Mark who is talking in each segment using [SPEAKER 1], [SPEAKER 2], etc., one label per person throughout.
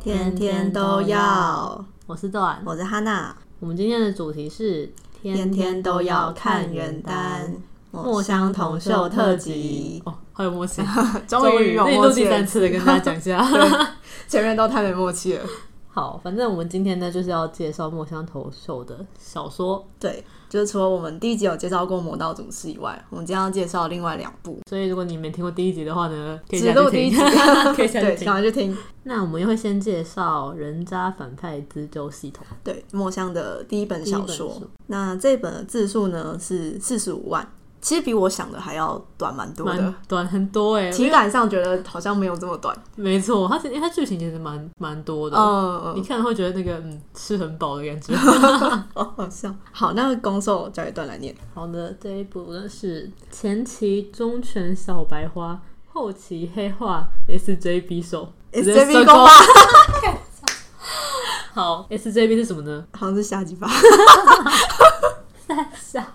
[SPEAKER 1] 天天都要。
[SPEAKER 2] 我是豆安，
[SPEAKER 1] 我是哈娜，
[SPEAKER 2] 我们今天的主题是
[SPEAKER 1] 天天都要看原单。墨香铜臭特辑，
[SPEAKER 2] 哦，好有默契，
[SPEAKER 1] 终于有
[SPEAKER 2] 这已经
[SPEAKER 1] 默
[SPEAKER 2] 录
[SPEAKER 1] 契
[SPEAKER 2] 第
[SPEAKER 1] 了
[SPEAKER 2] 三次了，跟大家讲一下。
[SPEAKER 1] 前面都太没默契了。
[SPEAKER 2] 好，反正我们今天呢就是要介绍墨香铜臭的小说，
[SPEAKER 1] 对，就是除了我们第一集有介绍过《魔道祖师》以外，我们今天要介绍另外两部，
[SPEAKER 2] 所以如果你没听过第一集的话呢，可以
[SPEAKER 1] 只
[SPEAKER 2] 先
[SPEAKER 1] 录
[SPEAKER 2] 去
[SPEAKER 1] 第一
[SPEAKER 2] 听
[SPEAKER 1] 集，
[SPEAKER 2] 可以先去
[SPEAKER 1] 对，
[SPEAKER 2] 听
[SPEAKER 1] 赶。快去听。
[SPEAKER 2] 那我们又会先介绍人渣反派自救系统，
[SPEAKER 1] 对，墨香的第一本小
[SPEAKER 2] 第一本
[SPEAKER 1] 说
[SPEAKER 2] 书。
[SPEAKER 1] 那这本的字数呢是四十五万，其实比我想的还要短蛮多的
[SPEAKER 2] 蛮。短很多哎、
[SPEAKER 1] 体感上觉得好像没有这么短。
[SPEAKER 2] 没错，它其因为它剧情其实蛮蛮多的，
[SPEAKER 1] 嗯，
[SPEAKER 2] 你看了会觉得那个嗯吃很饱的 感觉。
[SPEAKER 1] 哦，好笑。好，那攻受交一段来念。
[SPEAKER 2] 好的，这一部呢是前期忠犬小白花，后期黑化 SJB 手
[SPEAKER 1] SJB
[SPEAKER 2] 勾
[SPEAKER 1] 攻吧，
[SPEAKER 2] 好，SJB 是什么呢？
[SPEAKER 1] 好像是下集吧。
[SPEAKER 2] 三下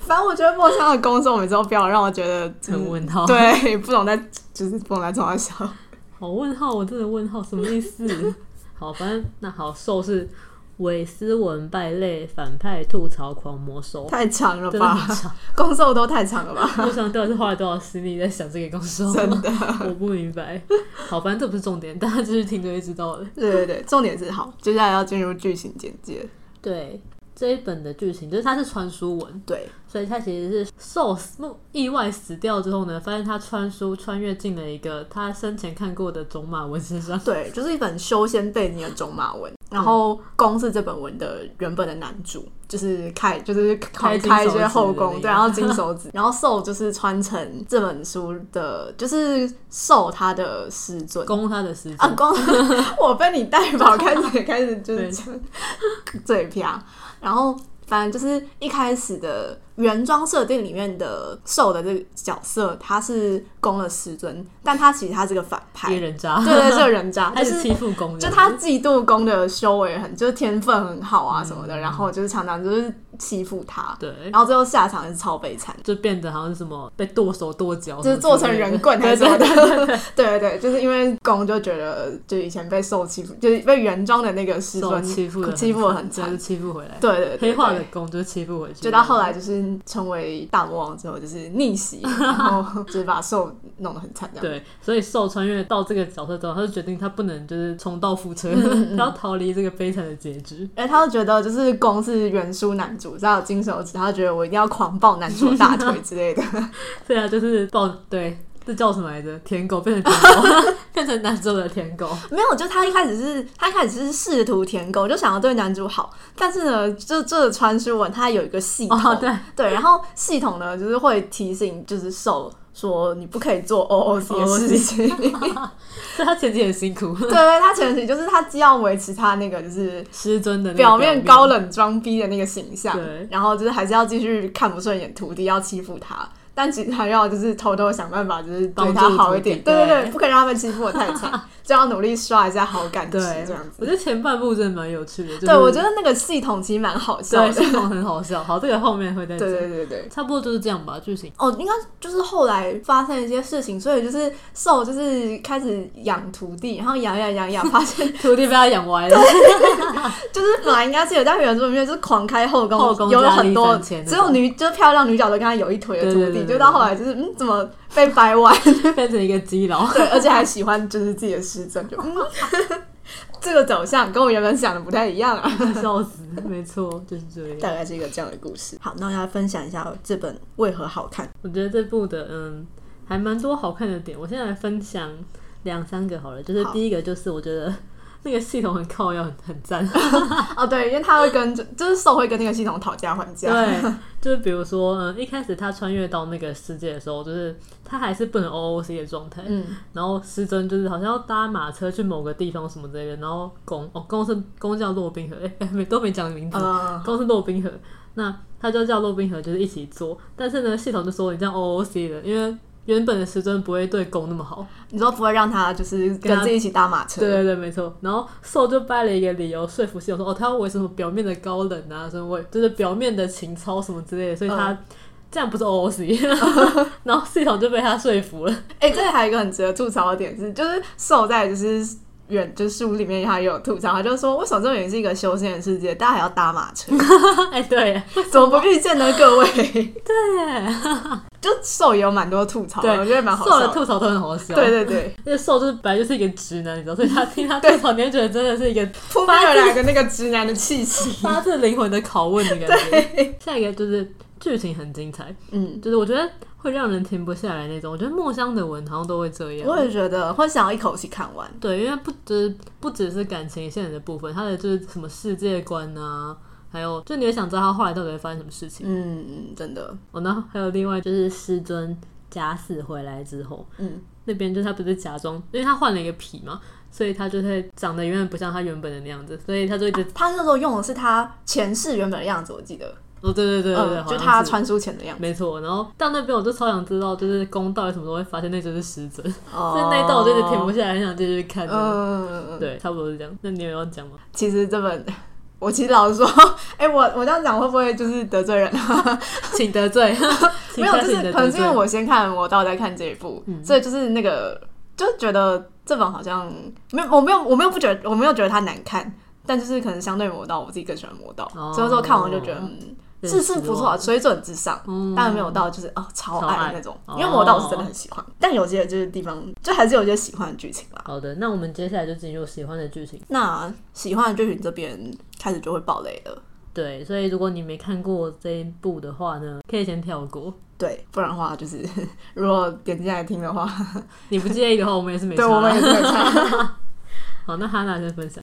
[SPEAKER 1] 反正我觉得墨香的攻受每次都标让我觉得
[SPEAKER 2] 很问号，，
[SPEAKER 1] 对，不懂在就是不懂在装笑。
[SPEAKER 2] 好问号，我真的问号，什么意思？ 好，反正那好，兽是韦斯文败类反派吐槽狂魔兽，
[SPEAKER 1] 太长了
[SPEAKER 2] 真的
[SPEAKER 1] 吧？
[SPEAKER 2] 很长。
[SPEAKER 1] 攻受都太长了吧？
[SPEAKER 2] 路上到底是花了多少心力在想这个公 司？
[SPEAKER 1] 真的。
[SPEAKER 2] 我不明白。好，反正这不是重点，大家继续听就会知道了。
[SPEAKER 1] 对对对，重点是好，接下来要进入剧情简介。
[SPEAKER 2] 对，这一本的剧情就是它是穿书文，
[SPEAKER 1] 对，
[SPEAKER 2] 所以它其实是受死意外死掉之后呢，发现他穿书穿越进了一个他生前看过的种马文身上。
[SPEAKER 1] 对，就是一本修仙背景的种马文。然后公是这本文的原本的男主，就是开就是
[SPEAKER 2] 开
[SPEAKER 1] 开
[SPEAKER 2] 金手
[SPEAKER 1] 开一
[SPEAKER 2] 指
[SPEAKER 1] 些后宫，
[SPEAKER 2] 的那个
[SPEAKER 1] 对，然后金 手指，然后受就是穿成这本书的，就是受他的师尊。
[SPEAKER 2] 攻他的时
[SPEAKER 1] 啊，
[SPEAKER 2] 间，
[SPEAKER 1] 光 我被你带跑，开始开始就是讲 嘴啪，然后反正就是一开始的原装设定里面的兽的这个角色，他是攻了师尊，但他其实他是个反派，
[SPEAKER 2] 别
[SPEAKER 1] 对
[SPEAKER 2] 人渣，
[SPEAKER 1] 对，是个 人渣，
[SPEAKER 2] 开
[SPEAKER 1] 就
[SPEAKER 2] 始
[SPEAKER 1] 是
[SPEAKER 2] 欺负攻人，
[SPEAKER 1] 就他嫉妒攻的修为很，就是天分很好啊什么
[SPEAKER 2] 嗯
[SPEAKER 1] 的，然后就是常常就是欺负他，
[SPEAKER 2] 对
[SPEAKER 1] 然。后最后下场也是超悲惨。
[SPEAKER 2] 就变得好像是什么被剁手剁脚，
[SPEAKER 1] 就是做成人棍
[SPEAKER 2] 对
[SPEAKER 1] 还是什
[SPEAKER 2] 对
[SPEAKER 1] 么的
[SPEAKER 2] 对，
[SPEAKER 1] 对对对，就是因为公就觉得，就以前被受欺负，就是被原装的那个师
[SPEAKER 2] 受
[SPEAKER 1] 尊
[SPEAKER 2] 欺负的
[SPEAKER 1] 欺负的很惨
[SPEAKER 2] 就，欺负回来，
[SPEAKER 1] 对对对对
[SPEAKER 2] 黑化的攻就欺负回去，
[SPEAKER 1] 就到后来就是成为大魔王之后，就是逆 袭，然后就是把兽弄得很惨这样。
[SPEAKER 2] 对，所以受穿越到这个角色之后，他就决定他不能就是重蹈覆辙，
[SPEAKER 1] 嗯
[SPEAKER 2] 他要逃离这个悲惨的结局。
[SPEAKER 1] 哎，他就觉得就是公是原书男主，然后金手指，他就觉得我一定要狂抱男主的大腿之类的。
[SPEAKER 2] 对啊，就是抱对，这叫什么来着？舔狗变成舔 狗，变成男主的舔狗。
[SPEAKER 1] 没有，就他一开始是，他一开始是试图舔狗，就想要对男主好，但是呢，就这个传输文它有一个系统，
[SPEAKER 2] 哦，对，
[SPEAKER 1] 对，然后系统呢，就是会提醒，就是手说你不可以做 OOC 的事情。
[SPEAKER 2] 所以他前期很辛苦，
[SPEAKER 1] 对对，他前提就是他既要维持他那个就是
[SPEAKER 2] 师尊的那个
[SPEAKER 1] 表
[SPEAKER 2] 面
[SPEAKER 1] 面高。冷装逼的那个形象
[SPEAKER 2] 对，
[SPEAKER 1] 然后就是还是要继续看不顺眼徒弟，要欺负他。但其实还要就是偷偷想办法，就是对他好一点，
[SPEAKER 2] 帮
[SPEAKER 1] 对
[SPEAKER 2] 助徒弟对
[SPEAKER 1] 对对，不可以让他们欺负我太 惨，就要努力刷一下好感值
[SPEAKER 2] 对
[SPEAKER 1] 这样，子。
[SPEAKER 2] 我觉得前半部真的蛮有趣的。就是、
[SPEAKER 1] 对，我觉得那个系统其实蛮好笑
[SPEAKER 2] 对
[SPEAKER 1] 的。
[SPEAKER 2] 系统很好笑。好，这个后面会再
[SPEAKER 1] 对
[SPEAKER 2] 讲。
[SPEAKER 1] 对对对，
[SPEAKER 2] 差不多就是这样吧，剧情。
[SPEAKER 1] 哦，应该就是后来发生一些事情，所以就是兽就是开始养徒弟，然后养养养养，发现
[SPEAKER 2] 徒弟被他养歪了，
[SPEAKER 1] 就是本来应该是有在原著里面就是狂开后宫，
[SPEAKER 2] 后宫
[SPEAKER 1] 有
[SPEAKER 2] 佳丽
[SPEAKER 1] 很多
[SPEAKER 2] 三千那
[SPEAKER 1] 只有
[SPEAKER 2] 种
[SPEAKER 1] 女就是漂亮女角都跟他有一腿的徒弟，
[SPEAKER 2] 对对对对
[SPEAKER 1] 就到后来就是嗯怎么被掰弯，
[SPEAKER 2] 变成一个基佬。
[SPEAKER 1] 对，而且还喜欢就是自己的师尊，就嗯这个走向跟我原本想的不太一样啊。
[SPEAKER 2] 笑死，没错，就是这样。
[SPEAKER 1] 大概是一个这样的故事。好，那我要分享一下这本为何好看。
[SPEAKER 2] 我觉得这部的嗯还蛮多好看的点，我现在来分享两三个好了。就是
[SPEAKER 1] 好
[SPEAKER 2] 第一个就是我觉得那个系统很靠要很很赞，
[SPEAKER 1] 哦，对，因为他会跟就是兽会跟那个系统讨价还价。
[SPEAKER 2] 对，就是比如说嗯一开始他穿越到那个世界的时候，就是他还是不能 OOC 的状态，
[SPEAKER 1] 嗯，
[SPEAKER 2] 然后师尊就是好像要搭马车去某个地方什么之类的，然后公哦公是公叫洛冰河，哎、哎没都没讲名字，
[SPEAKER 1] 呃，
[SPEAKER 2] 公是洛冰河，那他就叫洛冰河，就是一起做。但是呢，系统就说你这样 OOC 了，因为原本的师尊不会对公那么好。
[SPEAKER 1] 你说不会让他就是跟自己一起搭马车？
[SPEAKER 2] 对对对，没错。然后兽就掰了一个理由说服系统说，哦，他要维持什么表面的高冷啊，什么为就是表面的情操什么之类的，所以他、
[SPEAKER 1] 嗯
[SPEAKER 2] 这样不是 OOC。然后系统就被他说服了。
[SPEAKER 1] 哎、这里还有一个很值得吐槽的点是，就是受在就是人就是书里面他也有吐槽，他就说为什么这明明是一个修仙的世界，大家还要搭马车，
[SPEAKER 2] 哎，对，
[SPEAKER 1] 怎么不遇见呢？各位，
[SPEAKER 2] 对，
[SPEAKER 1] 就瘦也有蛮多吐槽的，
[SPEAKER 2] 对
[SPEAKER 1] 我觉得蛮好
[SPEAKER 2] 受
[SPEAKER 1] 笑
[SPEAKER 2] 的
[SPEAKER 1] 的。
[SPEAKER 2] 吐槽都很好笑。
[SPEAKER 1] 对 对对，
[SPEAKER 2] 那瘦就是本来就是一个直男，你知道，所以 他听他吐槽，你会觉得真的是一个
[SPEAKER 1] 扑面而来的那个直男的气息。
[SPEAKER 2] 发自灵魂的拷问的感觉。下一个就是剧情很精彩，
[SPEAKER 1] 嗯，
[SPEAKER 2] 就是我觉得会让人停不下来那种。我觉得墨香的文好像都会这样。
[SPEAKER 1] 我也觉得会想要一口气看完。
[SPEAKER 2] 对，因为不只不只是感情线的部分，他的就是什么世界观啊，还有就你也想知道他后来到底会发生什么事情。
[SPEAKER 1] 嗯，真的，
[SPEAKER 2] 哦，然后还有另外就是师尊假死回来之后，
[SPEAKER 1] 嗯，
[SPEAKER 2] 那边就是他不是假装，因为他换了一个皮嘛，所以他就会长得永远不像他原本的那样子，所以他就一直、
[SPEAKER 1] 他那时候用的是他前世原本的样子，我记得，
[SPEAKER 2] 哦，对对对对对，
[SPEAKER 1] 嗯，
[SPEAKER 2] 好
[SPEAKER 1] 就
[SPEAKER 2] 像
[SPEAKER 1] 他
[SPEAKER 2] 是。
[SPEAKER 1] 穿书前的样子。
[SPEAKER 2] 没错，然后到那边我就超想知道，就是宫到底什么时候会发现那就是师尊，所
[SPEAKER 1] 哦
[SPEAKER 2] 以那一段我就一直停不下来，很想继续看
[SPEAKER 1] 嗯
[SPEAKER 2] 的。
[SPEAKER 1] 嗯嗯嗯，
[SPEAKER 2] 对，差不多是这样。那你有要讲吗？
[SPEAKER 1] 其实这本， 我其实老实说， 哎、我我这样讲会不会就是得罪人？
[SPEAKER 2] 请得罪， 请
[SPEAKER 1] 没有，
[SPEAKER 2] 开
[SPEAKER 1] 就
[SPEAKER 2] 始你
[SPEAKER 1] 是
[SPEAKER 2] 的
[SPEAKER 1] 可
[SPEAKER 2] 得
[SPEAKER 1] 能是
[SPEAKER 2] 罪
[SPEAKER 1] 因
[SPEAKER 2] 嗯
[SPEAKER 1] 为。我先看我到底在看这一部，所以就是那个就觉得这本好像没有，我没有我没有不觉得我没有觉得它难看，但就是可能相对魔道，我自己更喜欢魔道，
[SPEAKER 2] 哦
[SPEAKER 1] 所以说看完就觉得。嗯
[SPEAKER 2] 有点
[SPEAKER 1] 是是不错啊，水准之上，
[SPEAKER 2] 哦嗯
[SPEAKER 1] 当然没有到就是哦超
[SPEAKER 2] 超
[SPEAKER 1] 爱
[SPEAKER 2] 爱
[SPEAKER 1] 那种，
[SPEAKER 2] 哦
[SPEAKER 1] 因为魔道我是真的很喜欢，但有些就是地方就还是有些喜欢的剧情啦。
[SPEAKER 2] 好的，那我们接下来就进入喜欢的剧情。
[SPEAKER 1] 那喜欢的剧情这边开始就会爆雷了，
[SPEAKER 2] 对，所以如果你没看过这一部的话呢，可以先跳过。
[SPEAKER 1] 对，不然的话就是 如果点进来听的话，
[SPEAKER 2] 你不介意的话，我们也是没差
[SPEAKER 1] 对我们也是很 差。
[SPEAKER 2] 好，那哈娜先分享。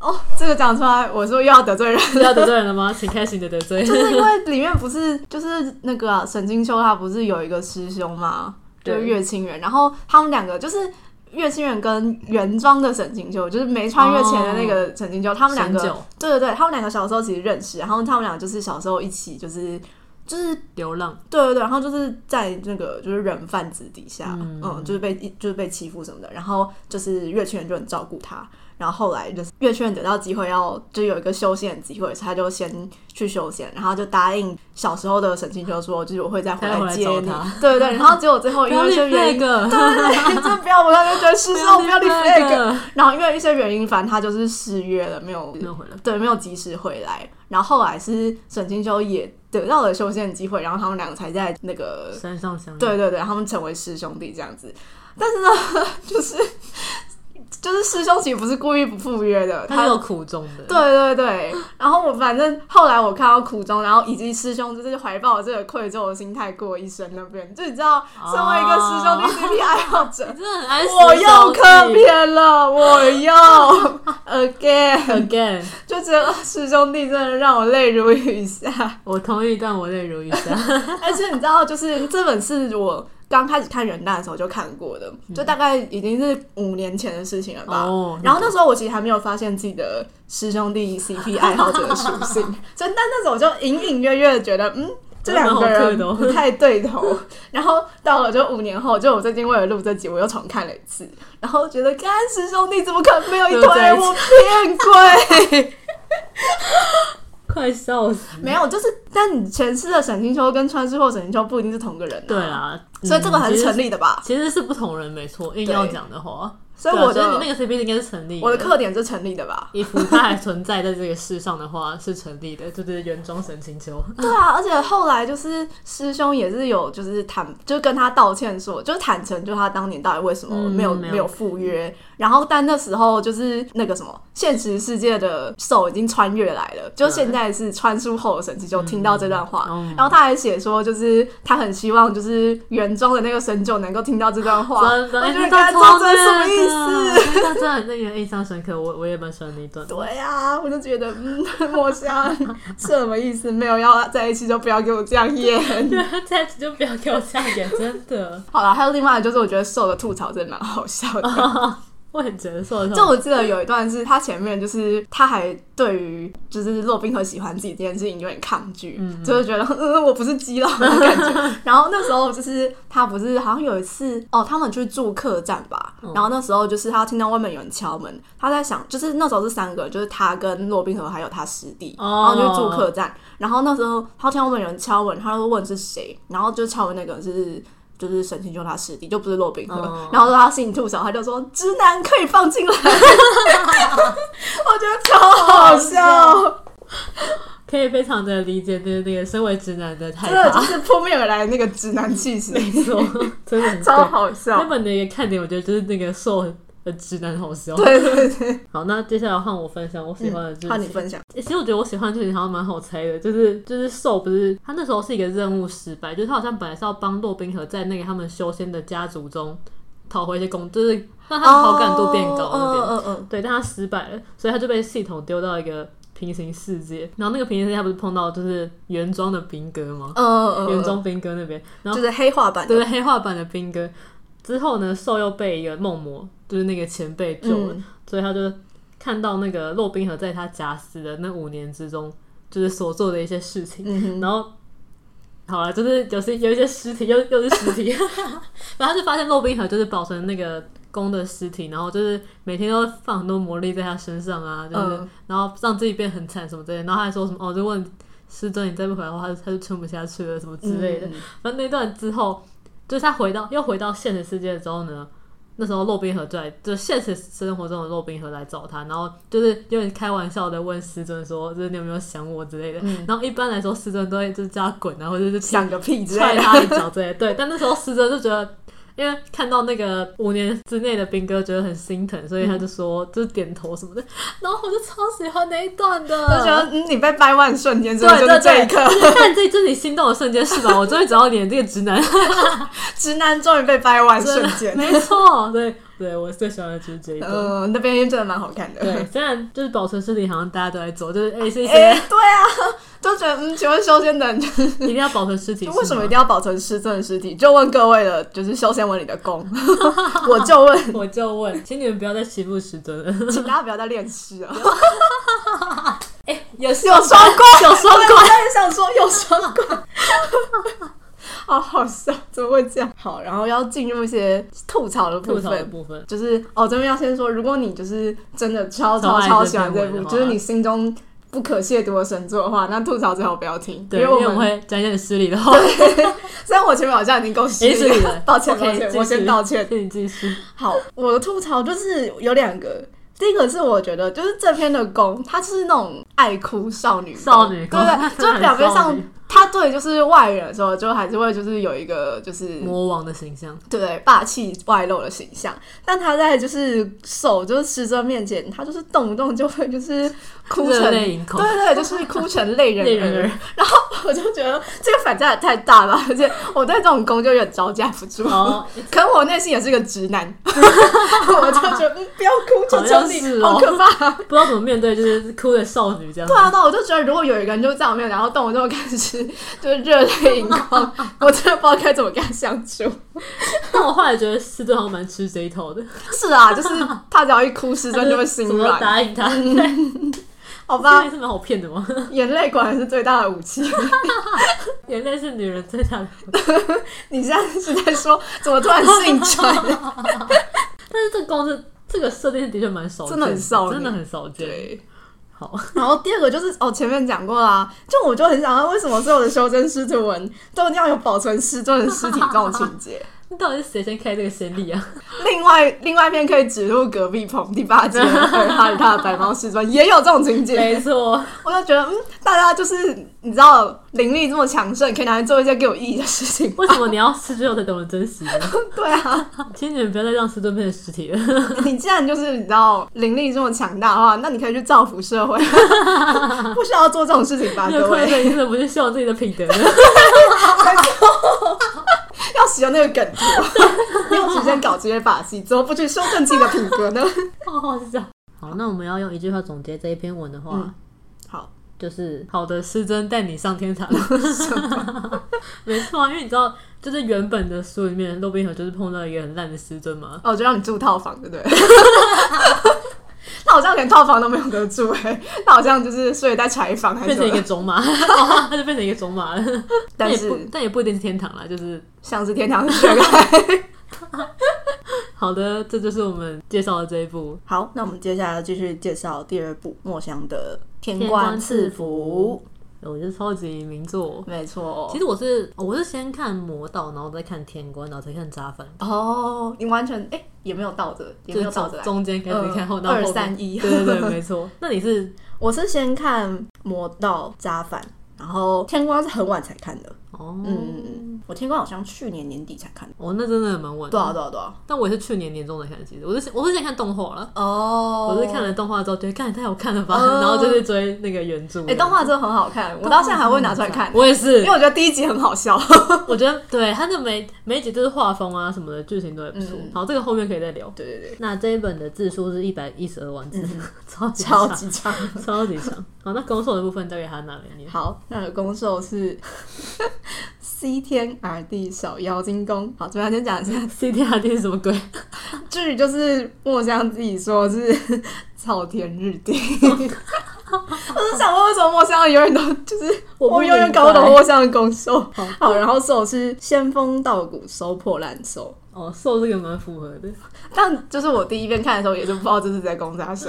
[SPEAKER 1] 哦，这个讲出来，我说又要得 罪人，
[SPEAKER 2] 是要得罪人了吗？请开始你的得罪。
[SPEAKER 1] 就是因为里面不是就是那个啊、沈金秋他不是有一个师兄嘛，就是
[SPEAKER 2] 对
[SPEAKER 1] 月清人，然后他们两个就是月清人跟原装的沈金秋，就是没穿越前的那个沈金秋，他们两个
[SPEAKER 2] 哦神九
[SPEAKER 1] 对对对，他们两个小时候其实认识，然后他们俩就是小时候一起就是就是
[SPEAKER 2] 流浪，
[SPEAKER 1] 对对对，然后就是在那个就是人贩子底下，嗯
[SPEAKER 2] 嗯
[SPEAKER 1] 就是被就是被欺负什么的，然后就是月圈人就很照顾他，然后后来就是月圈人得到机会要就有一个修仙的机会，所以他就先去修仙，然后就答应小时候的沈清秋说，就是我会再回
[SPEAKER 2] 他要回来
[SPEAKER 1] 接
[SPEAKER 2] 找
[SPEAKER 1] 你
[SPEAKER 2] 他，
[SPEAKER 1] 对对对，然后结果最后
[SPEAKER 2] 不
[SPEAKER 1] 因
[SPEAKER 2] 要
[SPEAKER 1] 为哦一
[SPEAKER 2] 立
[SPEAKER 1] 些原因，对
[SPEAKER 2] flag，
[SPEAKER 1] 对对， 真的不要我刚才觉 得师兄哦不要立 flag，
[SPEAKER 2] flag，
[SPEAKER 1] 然后因为一些原因，反正他就是失约了，没有
[SPEAKER 2] 没有回来。
[SPEAKER 1] 对，没有及时回来。然后后来是沈清秋也得到了修仙的机会，然后他们两个才在那个，
[SPEAKER 2] 山上相遇，
[SPEAKER 1] 对对对，他们成为师兄弟这样子。但是呢， 就是就是师兄其实不是故意不赴约的，
[SPEAKER 2] 他
[SPEAKER 1] 他
[SPEAKER 2] 是有苦衷的。
[SPEAKER 1] 对对对，然后我反正后来我看到苦衷，然后以及师兄就是怀抱这个愧疚的心态过一生那边，就你知道，身为一个师兄弟 CP 爱好者，
[SPEAKER 2] 你真的很爱
[SPEAKER 1] 我又
[SPEAKER 2] 磕
[SPEAKER 1] 磕偏了，我又 again。
[SPEAKER 2] again，
[SPEAKER 1] 就觉得啊师兄弟真的让我泪如雨下。
[SPEAKER 2] 我同意，但我泪如雨下。
[SPEAKER 1] 而且你知道，就是这本是我刚开始看人大的时候就看过的，就大概已经是五年前的事情了吧。
[SPEAKER 2] 哦
[SPEAKER 1] 然后那时候我其实还没有发现自己的师兄弟 CP 爱好者的属性， 所以但那时候我就隐隐约约的觉得，嗯。这两个人不太对头，然后到了就五年后，就我最近为了录这集，我又重看了一次，然后觉得干师兄弟怎么可能没有一
[SPEAKER 2] 没有在
[SPEAKER 1] 对？
[SPEAKER 2] 一起
[SPEAKER 1] 我骗鬼！
[SPEAKER 2] 快笑死！
[SPEAKER 1] 没有，就是但你前世的沈清秋跟川世后沈清秋不一定是同个人、啊，
[SPEAKER 2] 对，啦，
[SPEAKER 1] 所以这个还是成
[SPEAKER 2] 立。
[SPEAKER 1] 立的吧？
[SPEAKER 2] 其实是不同人，没错。硬要讲的话，
[SPEAKER 1] 所以
[SPEAKER 2] 对啊
[SPEAKER 1] 我
[SPEAKER 2] 觉
[SPEAKER 1] 的、
[SPEAKER 2] 得你那个 CP 应该是成立。
[SPEAKER 1] 我的，特点是成立的吧？
[SPEAKER 2] 衣服它还存在在这个世上的话是成立的，就是原装神清秋。
[SPEAKER 1] 对啊，而且后来就是师兄也是有就是坦，就跟他道歉说，就是坦诚，就他当年到底为什么
[SPEAKER 2] 嗯
[SPEAKER 1] 没有、
[SPEAKER 2] 没有
[SPEAKER 1] 没有赴约。然后但那时候就是那个什么现实世界的手已经穿越来了，就现在是穿书后的神奇就听到这段话，
[SPEAKER 2] 嗯
[SPEAKER 1] 然后他还写说就是他很希望就是原装的那个神九能够听到这段话，
[SPEAKER 2] 真的，
[SPEAKER 1] 我
[SPEAKER 2] 哎
[SPEAKER 1] 觉得
[SPEAKER 2] 那段
[SPEAKER 1] 他做
[SPEAKER 2] 超
[SPEAKER 1] 这什么意思？
[SPEAKER 2] 思？那段啊真的很令人印象深刻，我我也蛮喜欢那一段。
[SPEAKER 1] 对呀、我就觉得，嗯， 墨香什么意思？没有要在一起就不要给我这样演。
[SPEAKER 2] 这样子就不要给我下眼，真的，
[SPEAKER 1] 好了，还有另外就是，我觉得受的吐槽真的蛮好笑的。
[SPEAKER 2] 我很觉得受
[SPEAKER 1] 就
[SPEAKER 2] 伤。
[SPEAKER 1] 我记得有一段是他前面就是他还对于就是骆冰河喜欢自己这件事情有点抗拒，就是觉得嗯我不是基佬的感觉。然后那时候就是他不是好像有一次哦，他们去住客栈吧，然后那时候就是他听到外面有人敲门，他在想就是那时候是三个人，就是他跟骆冰河还有他师弟，然
[SPEAKER 2] 哦
[SPEAKER 1] 后就去住客栈。然后那时候他听到外面有人敲门，他就问是谁，然后就敲门那个人是。就是沈清秋他师弟，就不是骆宾河。
[SPEAKER 2] 嗯
[SPEAKER 1] 然后说他心里吐槽，他就说直男可以放进来，我觉得超好笑，
[SPEAKER 2] 可以非常的理解那那个身为直男的害
[SPEAKER 1] 真的就
[SPEAKER 2] 怕，
[SPEAKER 1] 是扑面而来的那个直男气势，
[SPEAKER 2] 没错， 真的很对
[SPEAKER 1] 超。好
[SPEAKER 2] 那
[SPEAKER 1] 笑。
[SPEAKER 2] 本的一个看点，我觉得就是那个瘦的直男好笑。
[SPEAKER 1] 对对对，
[SPEAKER 2] 好，那接下来换我分享我喜欢的剧情。
[SPEAKER 1] 看你分享，
[SPEAKER 2] 欸其实我觉得我喜欢的剧情好像蛮好猜的，就是就是兽不是他那时候是一个任务失败，就是他好像本来是要帮骆宾河在那个他们修仙的家族中讨回一些功，就是让他的好感度变高那
[SPEAKER 1] 嗯
[SPEAKER 2] 边。
[SPEAKER 1] 嗯嗯
[SPEAKER 2] 对，但他失败了，所以他就被系统丢到一个平行世界。然后那个平行世界他不是碰到就是原装的兵哥吗？
[SPEAKER 1] 嗯
[SPEAKER 2] 原
[SPEAKER 1] 嗯
[SPEAKER 2] 装兵哥那边，然
[SPEAKER 1] 嗯，
[SPEAKER 2] 后
[SPEAKER 1] 就是黑化版
[SPEAKER 2] 对
[SPEAKER 1] 的，
[SPEAKER 2] 对黑化版的兵哥之后呢，兽又被一个梦魔，就是那个前辈救了，
[SPEAKER 1] 嗯
[SPEAKER 2] 所以他就看到那个骆宾河在他假死的那五年之中，就是所做的一些事情。
[SPEAKER 1] 嗯哼，
[SPEAKER 2] 然后好了，就是有些有一些尸体，又又是尸体， 然后他就发现骆宾河就是保存那个公的尸体，然后就是每天都放很多魔力在他身上啊，就是、
[SPEAKER 1] 嗯
[SPEAKER 2] 然后让自己变很惨什么之类的，然后他还说什么哦，如果你失踪你再不回来的话，他就他就撑不下去了什么之类的。
[SPEAKER 1] 嗯
[SPEAKER 2] 然后那段之后，就是他回到又回到现实世界之后呢，那时候骆宾河在就现实生活中的骆宾河来找他，然后就是有点开玩笑的问师尊说，就是你有没有想我之类的。
[SPEAKER 1] 嗯
[SPEAKER 2] 然后一般来说师尊都会就是叫他滚啊，或者是踢
[SPEAKER 1] 想个屁之
[SPEAKER 2] 踹
[SPEAKER 1] 类的，
[SPEAKER 2] 他一脚之类的。对，但那时候师尊就觉得。因为看到那个五年之内的兵哥，觉得很心疼，所以
[SPEAKER 1] 嗯
[SPEAKER 2] 他就说、就是点头什么的，然后我就超喜欢那一段的，
[SPEAKER 1] 就觉 得嗯你被掰弯瞬间，真
[SPEAKER 2] 对对
[SPEAKER 1] 的
[SPEAKER 2] 对，
[SPEAKER 1] 就是这一刻，
[SPEAKER 2] 但这这是你心动的瞬间是吧？我终于找到你了这个直男，
[SPEAKER 1] 直男终于被掰弯瞬间，
[SPEAKER 2] 没错，对对，我最喜欢的就是这一段。
[SPEAKER 1] 嗯，那边真的蛮好看的，
[SPEAKER 2] 对，虽然就是保存尸体，好像大家都在做，就是哎，是一
[SPEAKER 1] 哎、
[SPEAKER 2] 些
[SPEAKER 1] 对啊，就觉得嗯，请问修仙的人就
[SPEAKER 2] 一定要保存尸体，
[SPEAKER 1] 为什么一定
[SPEAKER 2] 要？
[SPEAKER 1] 要保存失正的尸体？就问各位了，就是修仙文里的功， 我就问，
[SPEAKER 2] 我就问，请你们不要再欺负石尊 了。
[SPEAKER 1] 请大家不要再练尸了。
[SPEAKER 2] 哎，有有
[SPEAKER 1] 有双关，
[SPEAKER 2] 有双
[SPEAKER 1] 对我
[SPEAKER 2] 关，
[SPEAKER 1] 也想说有双关。 好好笑，怎么会这样？好，然后要进入一些吐槽的部
[SPEAKER 2] 吐槽的
[SPEAKER 1] 分，
[SPEAKER 2] 部分。
[SPEAKER 1] 就是哦，这边要先说，如果你就是真的超
[SPEAKER 2] 超
[SPEAKER 1] 超
[SPEAKER 2] 爱
[SPEAKER 1] 超
[SPEAKER 2] 这
[SPEAKER 1] 喜欢这
[SPEAKER 2] 篇文
[SPEAKER 1] 部，
[SPEAKER 2] 的话
[SPEAKER 1] 就是你心中不可亵渎的神作的话，那吐槽最好不要听，
[SPEAKER 2] 对，因
[SPEAKER 1] 因
[SPEAKER 2] 为
[SPEAKER 1] 为
[SPEAKER 2] 我
[SPEAKER 1] 我
[SPEAKER 2] 们
[SPEAKER 1] 们
[SPEAKER 2] 会讲一些很失礼的话，
[SPEAKER 1] 虽然我前面好像已经够失
[SPEAKER 2] 也是
[SPEAKER 1] 礼
[SPEAKER 2] 你
[SPEAKER 1] 了
[SPEAKER 2] 的，
[SPEAKER 1] 抱歉抱
[SPEAKER 2] OK，
[SPEAKER 1] 歉，
[SPEAKER 2] 继续
[SPEAKER 1] 我先道歉。
[SPEAKER 2] 是你继续。
[SPEAKER 1] 好，我的吐槽就是有两个。第一个是我觉得，就是这篇的攻，她是那种爱哭少女攻
[SPEAKER 2] 少女攻
[SPEAKER 1] 对 对，
[SPEAKER 2] 真的
[SPEAKER 1] 就是
[SPEAKER 2] 很
[SPEAKER 1] 表面
[SPEAKER 2] 少
[SPEAKER 1] 上
[SPEAKER 2] 女
[SPEAKER 1] 她对就是外人的时候，就还是会就是有一个就是
[SPEAKER 2] 魔王的形 象，
[SPEAKER 1] 对霸气外露的形象，但她在就是手就是师尊面前，她就是动不动就会就是哭成
[SPEAKER 2] 热泪盈眶
[SPEAKER 1] 对对，就是哭成泪 人
[SPEAKER 2] 泪人
[SPEAKER 1] 儿
[SPEAKER 2] 儿。
[SPEAKER 1] 然后我就觉得这个反差也太大了，而且我对这种攻就有点招架不住。
[SPEAKER 2] 哦，
[SPEAKER 1] 可我内心也是个直男， 我就觉得、嗯、不要哭，求求
[SPEAKER 2] 好像是
[SPEAKER 1] 你，
[SPEAKER 2] 哦
[SPEAKER 1] 好可怕。
[SPEAKER 2] 不知道怎么面对，就是哭的少女这样。
[SPEAKER 1] 对啊，对啊，我就觉得如果有一个人就在我面前，然后动我这种开始就是热泪盈眶，我真的不知道该怎么跟他相处。
[SPEAKER 2] 但我后来觉得师尊好像蛮吃这一套的，
[SPEAKER 1] 是啊，就是他只要一哭，失真就会心
[SPEAKER 2] 怎么都
[SPEAKER 1] 软，
[SPEAKER 2] 答应 他，对，
[SPEAKER 1] 好
[SPEAKER 2] 这
[SPEAKER 1] 吧
[SPEAKER 2] 也？是蛮好骗的嘛。
[SPEAKER 1] 眼泪果然是最大的武器。
[SPEAKER 2] 眼泪是女人最大的。
[SPEAKER 1] 你现在是在说怎么突然 性转？
[SPEAKER 2] 但是这个公司这个设定的确蛮少见，
[SPEAKER 1] 真的很少见
[SPEAKER 2] 真的很少见。
[SPEAKER 1] 对。
[SPEAKER 2] 好，
[SPEAKER 1] 然后第二个就是哦，前面讲过啦、就我就很想要为什么所有的修真师徒文都一定要有保存失踪的尸体这种情节？
[SPEAKER 2] 那到底是谁先开这个先例 啊？
[SPEAKER 1] 另外另外一篇可以指入隔壁棚第八集的《哈利他的白猫师尊》，也有这种情节，
[SPEAKER 2] 没错，
[SPEAKER 1] 我就觉得嗯，大家就是你知道灵力这么强盛，可以拿来做一些更有意义的事情。
[SPEAKER 2] 为什么你要失去后才懂得珍惜呢？
[SPEAKER 1] 对啊，
[SPEAKER 2] 请你们不要再让斯顿变成尸体了。
[SPEAKER 1] 你既然就是你知道灵力这么强大的话，那你可以去造福 社会，不需要做这种事情吧，
[SPEAKER 2] 没有
[SPEAKER 1] 啊各
[SPEAKER 2] 困难
[SPEAKER 1] 位。
[SPEAKER 2] 的真的不是秀自己的品 德了。
[SPEAKER 1] 要使用那个梗 图，用时间搞这些把戏，怎么不去修正自己的品格呢？
[SPEAKER 2] 好好笑。好，那我们要用一句话总结这一篇文的话，
[SPEAKER 1] 嗯好，
[SPEAKER 2] 就是好的师尊带你上 天堂。 没错啊，因为你知道，就是原本的书里面，骆宾河就是碰到一个很烂的师尊嘛，
[SPEAKER 1] 哦，我就让你住套房，对 不对？那好像连套房都没有得住哎、 那好像就是睡在柴房还是
[SPEAKER 2] 变
[SPEAKER 1] 什
[SPEAKER 2] 成一
[SPEAKER 1] 么
[SPEAKER 2] 个种马， 哦他就变成一个种马了。
[SPEAKER 1] 但
[SPEAKER 2] 也不
[SPEAKER 1] 是
[SPEAKER 2] 但也不一定是天堂啦，就是
[SPEAKER 1] 像是天堂是缺 钙。
[SPEAKER 2] 好的，这就是我们介绍的这一部。
[SPEAKER 1] 好，那我们接下来继续介绍第二部《墨香的天
[SPEAKER 2] 官
[SPEAKER 1] 官
[SPEAKER 2] 赐
[SPEAKER 1] 赐福》。
[SPEAKER 2] 我是超级名作。
[SPEAKER 1] 没错。
[SPEAKER 2] 其实我是我是先看《魔道》，然后再看《天官》，然后才看《渣凡》。
[SPEAKER 1] 哦，你完全哎、也没有倒着，也
[SPEAKER 2] 就
[SPEAKER 1] 没
[SPEAKER 2] 是
[SPEAKER 1] 有倒
[SPEAKER 2] 从
[SPEAKER 1] 着来。嗯
[SPEAKER 2] 中间开始看，后到
[SPEAKER 1] 二
[SPEAKER 2] 后面
[SPEAKER 1] 三一
[SPEAKER 2] 对对对，没 错。那你是
[SPEAKER 1] 我是先看《魔道扎反》，然后《天光》是很晚才看的。
[SPEAKER 2] 哦，
[SPEAKER 1] 嗯嗯嗯，我《天光》好像去年年底才看的。
[SPEAKER 2] 哦，那真的蛮晚的。
[SPEAKER 1] 对啊对啊对啊。
[SPEAKER 2] 但我也是去年年中才看，其实我是先我是先看动画了。
[SPEAKER 1] 哦
[SPEAKER 2] 我是看。了动画之后觉得，看太好看了吧，
[SPEAKER 1] 哦
[SPEAKER 2] 然后就去追那个原著。
[SPEAKER 1] 哎、动画真的很好看，我到现在还会拿出来看，
[SPEAKER 2] 我也是
[SPEAKER 1] 因为，我觉得第一集很好笑。
[SPEAKER 2] 我觉得对它的每每一集就是画风啊什么的，剧情都也不错。
[SPEAKER 1] 嗯
[SPEAKER 2] 好，这个后面可以再聊。
[SPEAKER 1] 对对 对，
[SPEAKER 2] 那这一本的字数是一百一十二万字， 超级
[SPEAKER 1] 嗯超
[SPEAKER 2] 长，
[SPEAKER 1] 级长。
[SPEAKER 2] 超级长。好，那攻受的部分交给他拿来念。
[SPEAKER 1] 好，那个攻受是 西天 R D 小妖精宫。好，这边先讲一下，
[SPEAKER 2] C T R D 是什么鬼？
[SPEAKER 1] 剧就是墨香自己说是 草田日 定。我是想问，为什么墨香永远都就是
[SPEAKER 2] 我不
[SPEAKER 1] 我永远
[SPEAKER 2] 明白
[SPEAKER 1] 搞不懂墨香的攻受
[SPEAKER 2] 好。
[SPEAKER 1] 好，然后受是仙风道骨，收破烂受。
[SPEAKER 2] 哦，受这个蛮符合的。
[SPEAKER 1] 但就是我第一遍看的时候，也就不知道这是在攻啥小。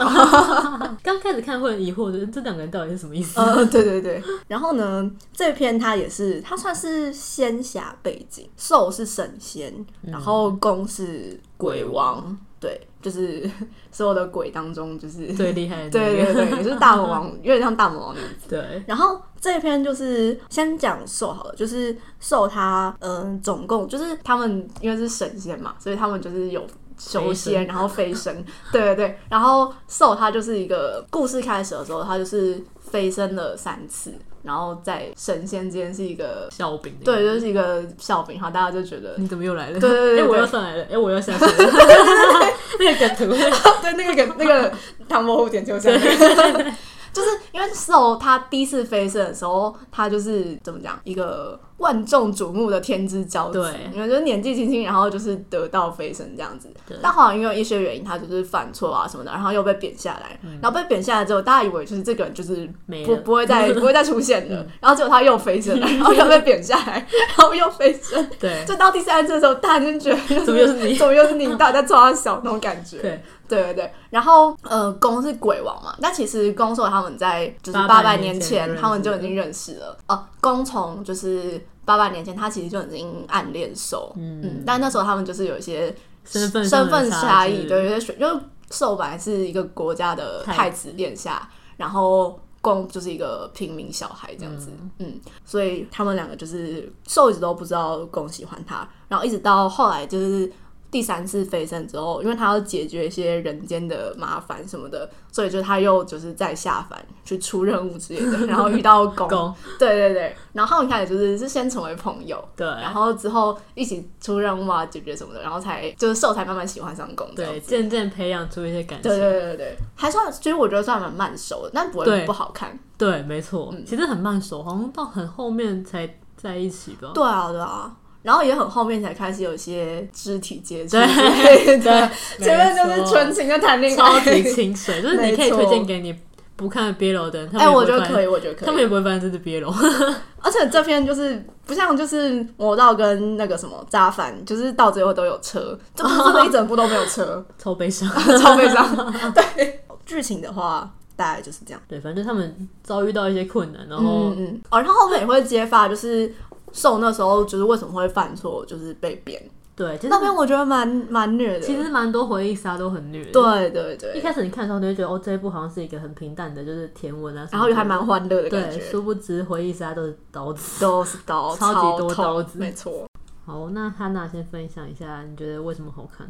[SPEAKER 2] 刚开始看会很疑惑，就是这两个人到底是什么意思？
[SPEAKER 1] 呃，对对 对。然后呢，这篇它也是，它算是仙侠背景，兽是神仙，然后公是鬼王，对，就是 所有的鬼当中，就是
[SPEAKER 2] 最厉害的那
[SPEAKER 1] 对
[SPEAKER 2] 个。
[SPEAKER 1] 对对，就是大魔王，有点像大魔王那样。
[SPEAKER 2] 对，
[SPEAKER 1] 然后这篇就是先讲兽好了，就是兽它嗯，总共就是他们因为是神仙嘛，所以他们就是有修仙，
[SPEAKER 2] 飞升
[SPEAKER 1] 然后飞升， 对对对。然后兽它就是一个故事开始的时候，它就是飞升了三次，然后在神仙间是一个
[SPEAKER 2] 笑柄。
[SPEAKER 1] 对，，就是一个笑柄，然后大家就觉得
[SPEAKER 2] 你怎么又来了？
[SPEAKER 1] 对对对对
[SPEAKER 2] 哎，我又上来了，哎，我又下去了。 那个梗图，
[SPEAKER 1] 对，那个梗那个唐伯虎点秋香， 就是因为兽他第一次飞升的时候，他就是怎么讲一个万众瞩目的天之骄子
[SPEAKER 2] 对，
[SPEAKER 1] 因为就是年纪轻轻，然后就是得到飞升这样子
[SPEAKER 2] 对。
[SPEAKER 1] 但后来因为一些原因，他就是犯错啊什么的，然后又被贬下来。然后被贬下来之后，大家以为就是这个人就是
[SPEAKER 2] 嗯没
[SPEAKER 1] 不
[SPEAKER 2] 了嗯
[SPEAKER 1] 不 会再不会再出现了。然后结果他又飞升了，然后又被贬下来，然后又飞升。
[SPEAKER 2] 对
[SPEAKER 1] 就到第三次的时候，大家就觉得
[SPEAKER 2] 怎么又是你
[SPEAKER 1] 怎么又 是你？大家抓他小那种感觉。
[SPEAKER 2] 对，
[SPEAKER 1] 对对对，然后呃，公是鬼王嘛，但其实公受他们在就是
[SPEAKER 2] 800
[SPEAKER 1] 八百年
[SPEAKER 2] 年
[SPEAKER 1] 前
[SPEAKER 2] 前就
[SPEAKER 1] 他们
[SPEAKER 2] 认识
[SPEAKER 1] 就已
[SPEAKER 2] 了
[SPEAKER 1] 经认识了。哦，公从就是八百年前，他其实就已经暗恋受，嗯但那时候他们就是有一些
[SPEAKER 2] 身份
[SPEAKER 1] 身
[SPEAKER 2] 上的
[SPEAKER 1] 份
[SPEAKER 2] 差
[SPEAKER 1] 差
[SPEAKER 2] 异
[SPEAKER 1] 异，对，有些选就是受本来是一个国家的
[SPEAKER 2] 太
[SPEAKER 1] 太子殿下，然后公就是一个平民小孩这样子，嗯所以他们两个就是受一直都不知道公喜欢他，然后一直到后来就是。第三次飞升之后，因为他要解决一些人间的麻烦什么的，所以就他又就是在下凡去出任务之类的，然后 遇到公，
[SPEAKER 2] 公
[SPEAKER 1] 对对对，然后他们开始就是是先成为朋友，
[SPEAKER 2] 对
[SPEAKER 1] 然后之后一起出任务啊、解决什么的，然后才就是受才慢慢喜欢上工作。
[SPEAKER 2] 对，渐渐培养出一些感情
[SPEAKER 1] 对。对对对对，还算其实我觉得算蛮慢熟的，但不会
[SPEAKER 2] 对
[SPEAKER 1] 不好看。
[SPEAKER 2] 对，没错，
[SPEAKER 1] 嗯
[SPEAKER 2] 其实很慢熟，好像到很后面才在一起吧。
[SPEAKER 1] 对啊对啊，然后也很后面才开始有一些肢体接触
[SPEAKER 2] 对
[SPEAKER 1] 之类的，
[SPEAKER 2] 没
[SPEAKER 1] 前面就是
[SPEAKER 2] 错
[SPEAKER 1] 纯情的谈 恋
[SPEAKER 2] 超级
[SPEAKER 1] 爱。
[SPEAKER 2] 清水，就是你可以推荐给你不看 BL 的人，他
[SPEAKER 1] 哎，
[SPEAKER 2] 们
[SPEAKER 1] 我觉得可
[SPEAKER 2] 以，
[SPEAKER 1] 以，我觉得可
[SPEAKER 2] 他们也
[SPEAKER 1] 以。
[SPEAKER 2] 不会发现这是 BL。
[SPEAKER 1] 而且这篇就是不像就是魔道跟那个什么渣凡，就是到最后都有车，这部真的一整部都没有车，
[SPEAKER 2] 超悲伤。
[SPEAKER 1] 超悲伤。对，剧情的话大概就是这样。
[SPEAKER 2] 对，反正他们遭遇到一些困难，然后
[SPEAKER 1] 嗯嗯，哦，然后后面也会揭发，就是受那时候就是为什么会犯错，就是被贬。
[SPEAKER 2] 对，其实
[SPEAKER 1] 那边我觉得蛮蛮虐的，
[SPEAKER 2] 其实蛮多回忆杀都很虐的。
[SPEAKER 1] 对对
[SPEAKER 2] 一
[SPEAKER 1] 对，
[SPEAKER 2] 开始你看的时候，你会觉得哦，这一部好像是一个很平淡的，就是甜文啊什么的，
[SPEAKER 1] 然后也还蛮欢乐的感
[SPEAKER 2] 对，
[SPEAKER 1] 觉，
[SPEAKER 2] 殊不知回忆杀都是刀子。
[SPEAKER 1] 都是刀，
[SPEAKER 2] 超级
[SPEAKER 1] 超
[SPEAKER 2] 多
[SPEAKER 1] 痛
[SPEAKER 2] 刀子
[SPEAKER 1] 没错。
[SPEAKER 2] 好，那汉娜先分享一下，你觉得为什么好看？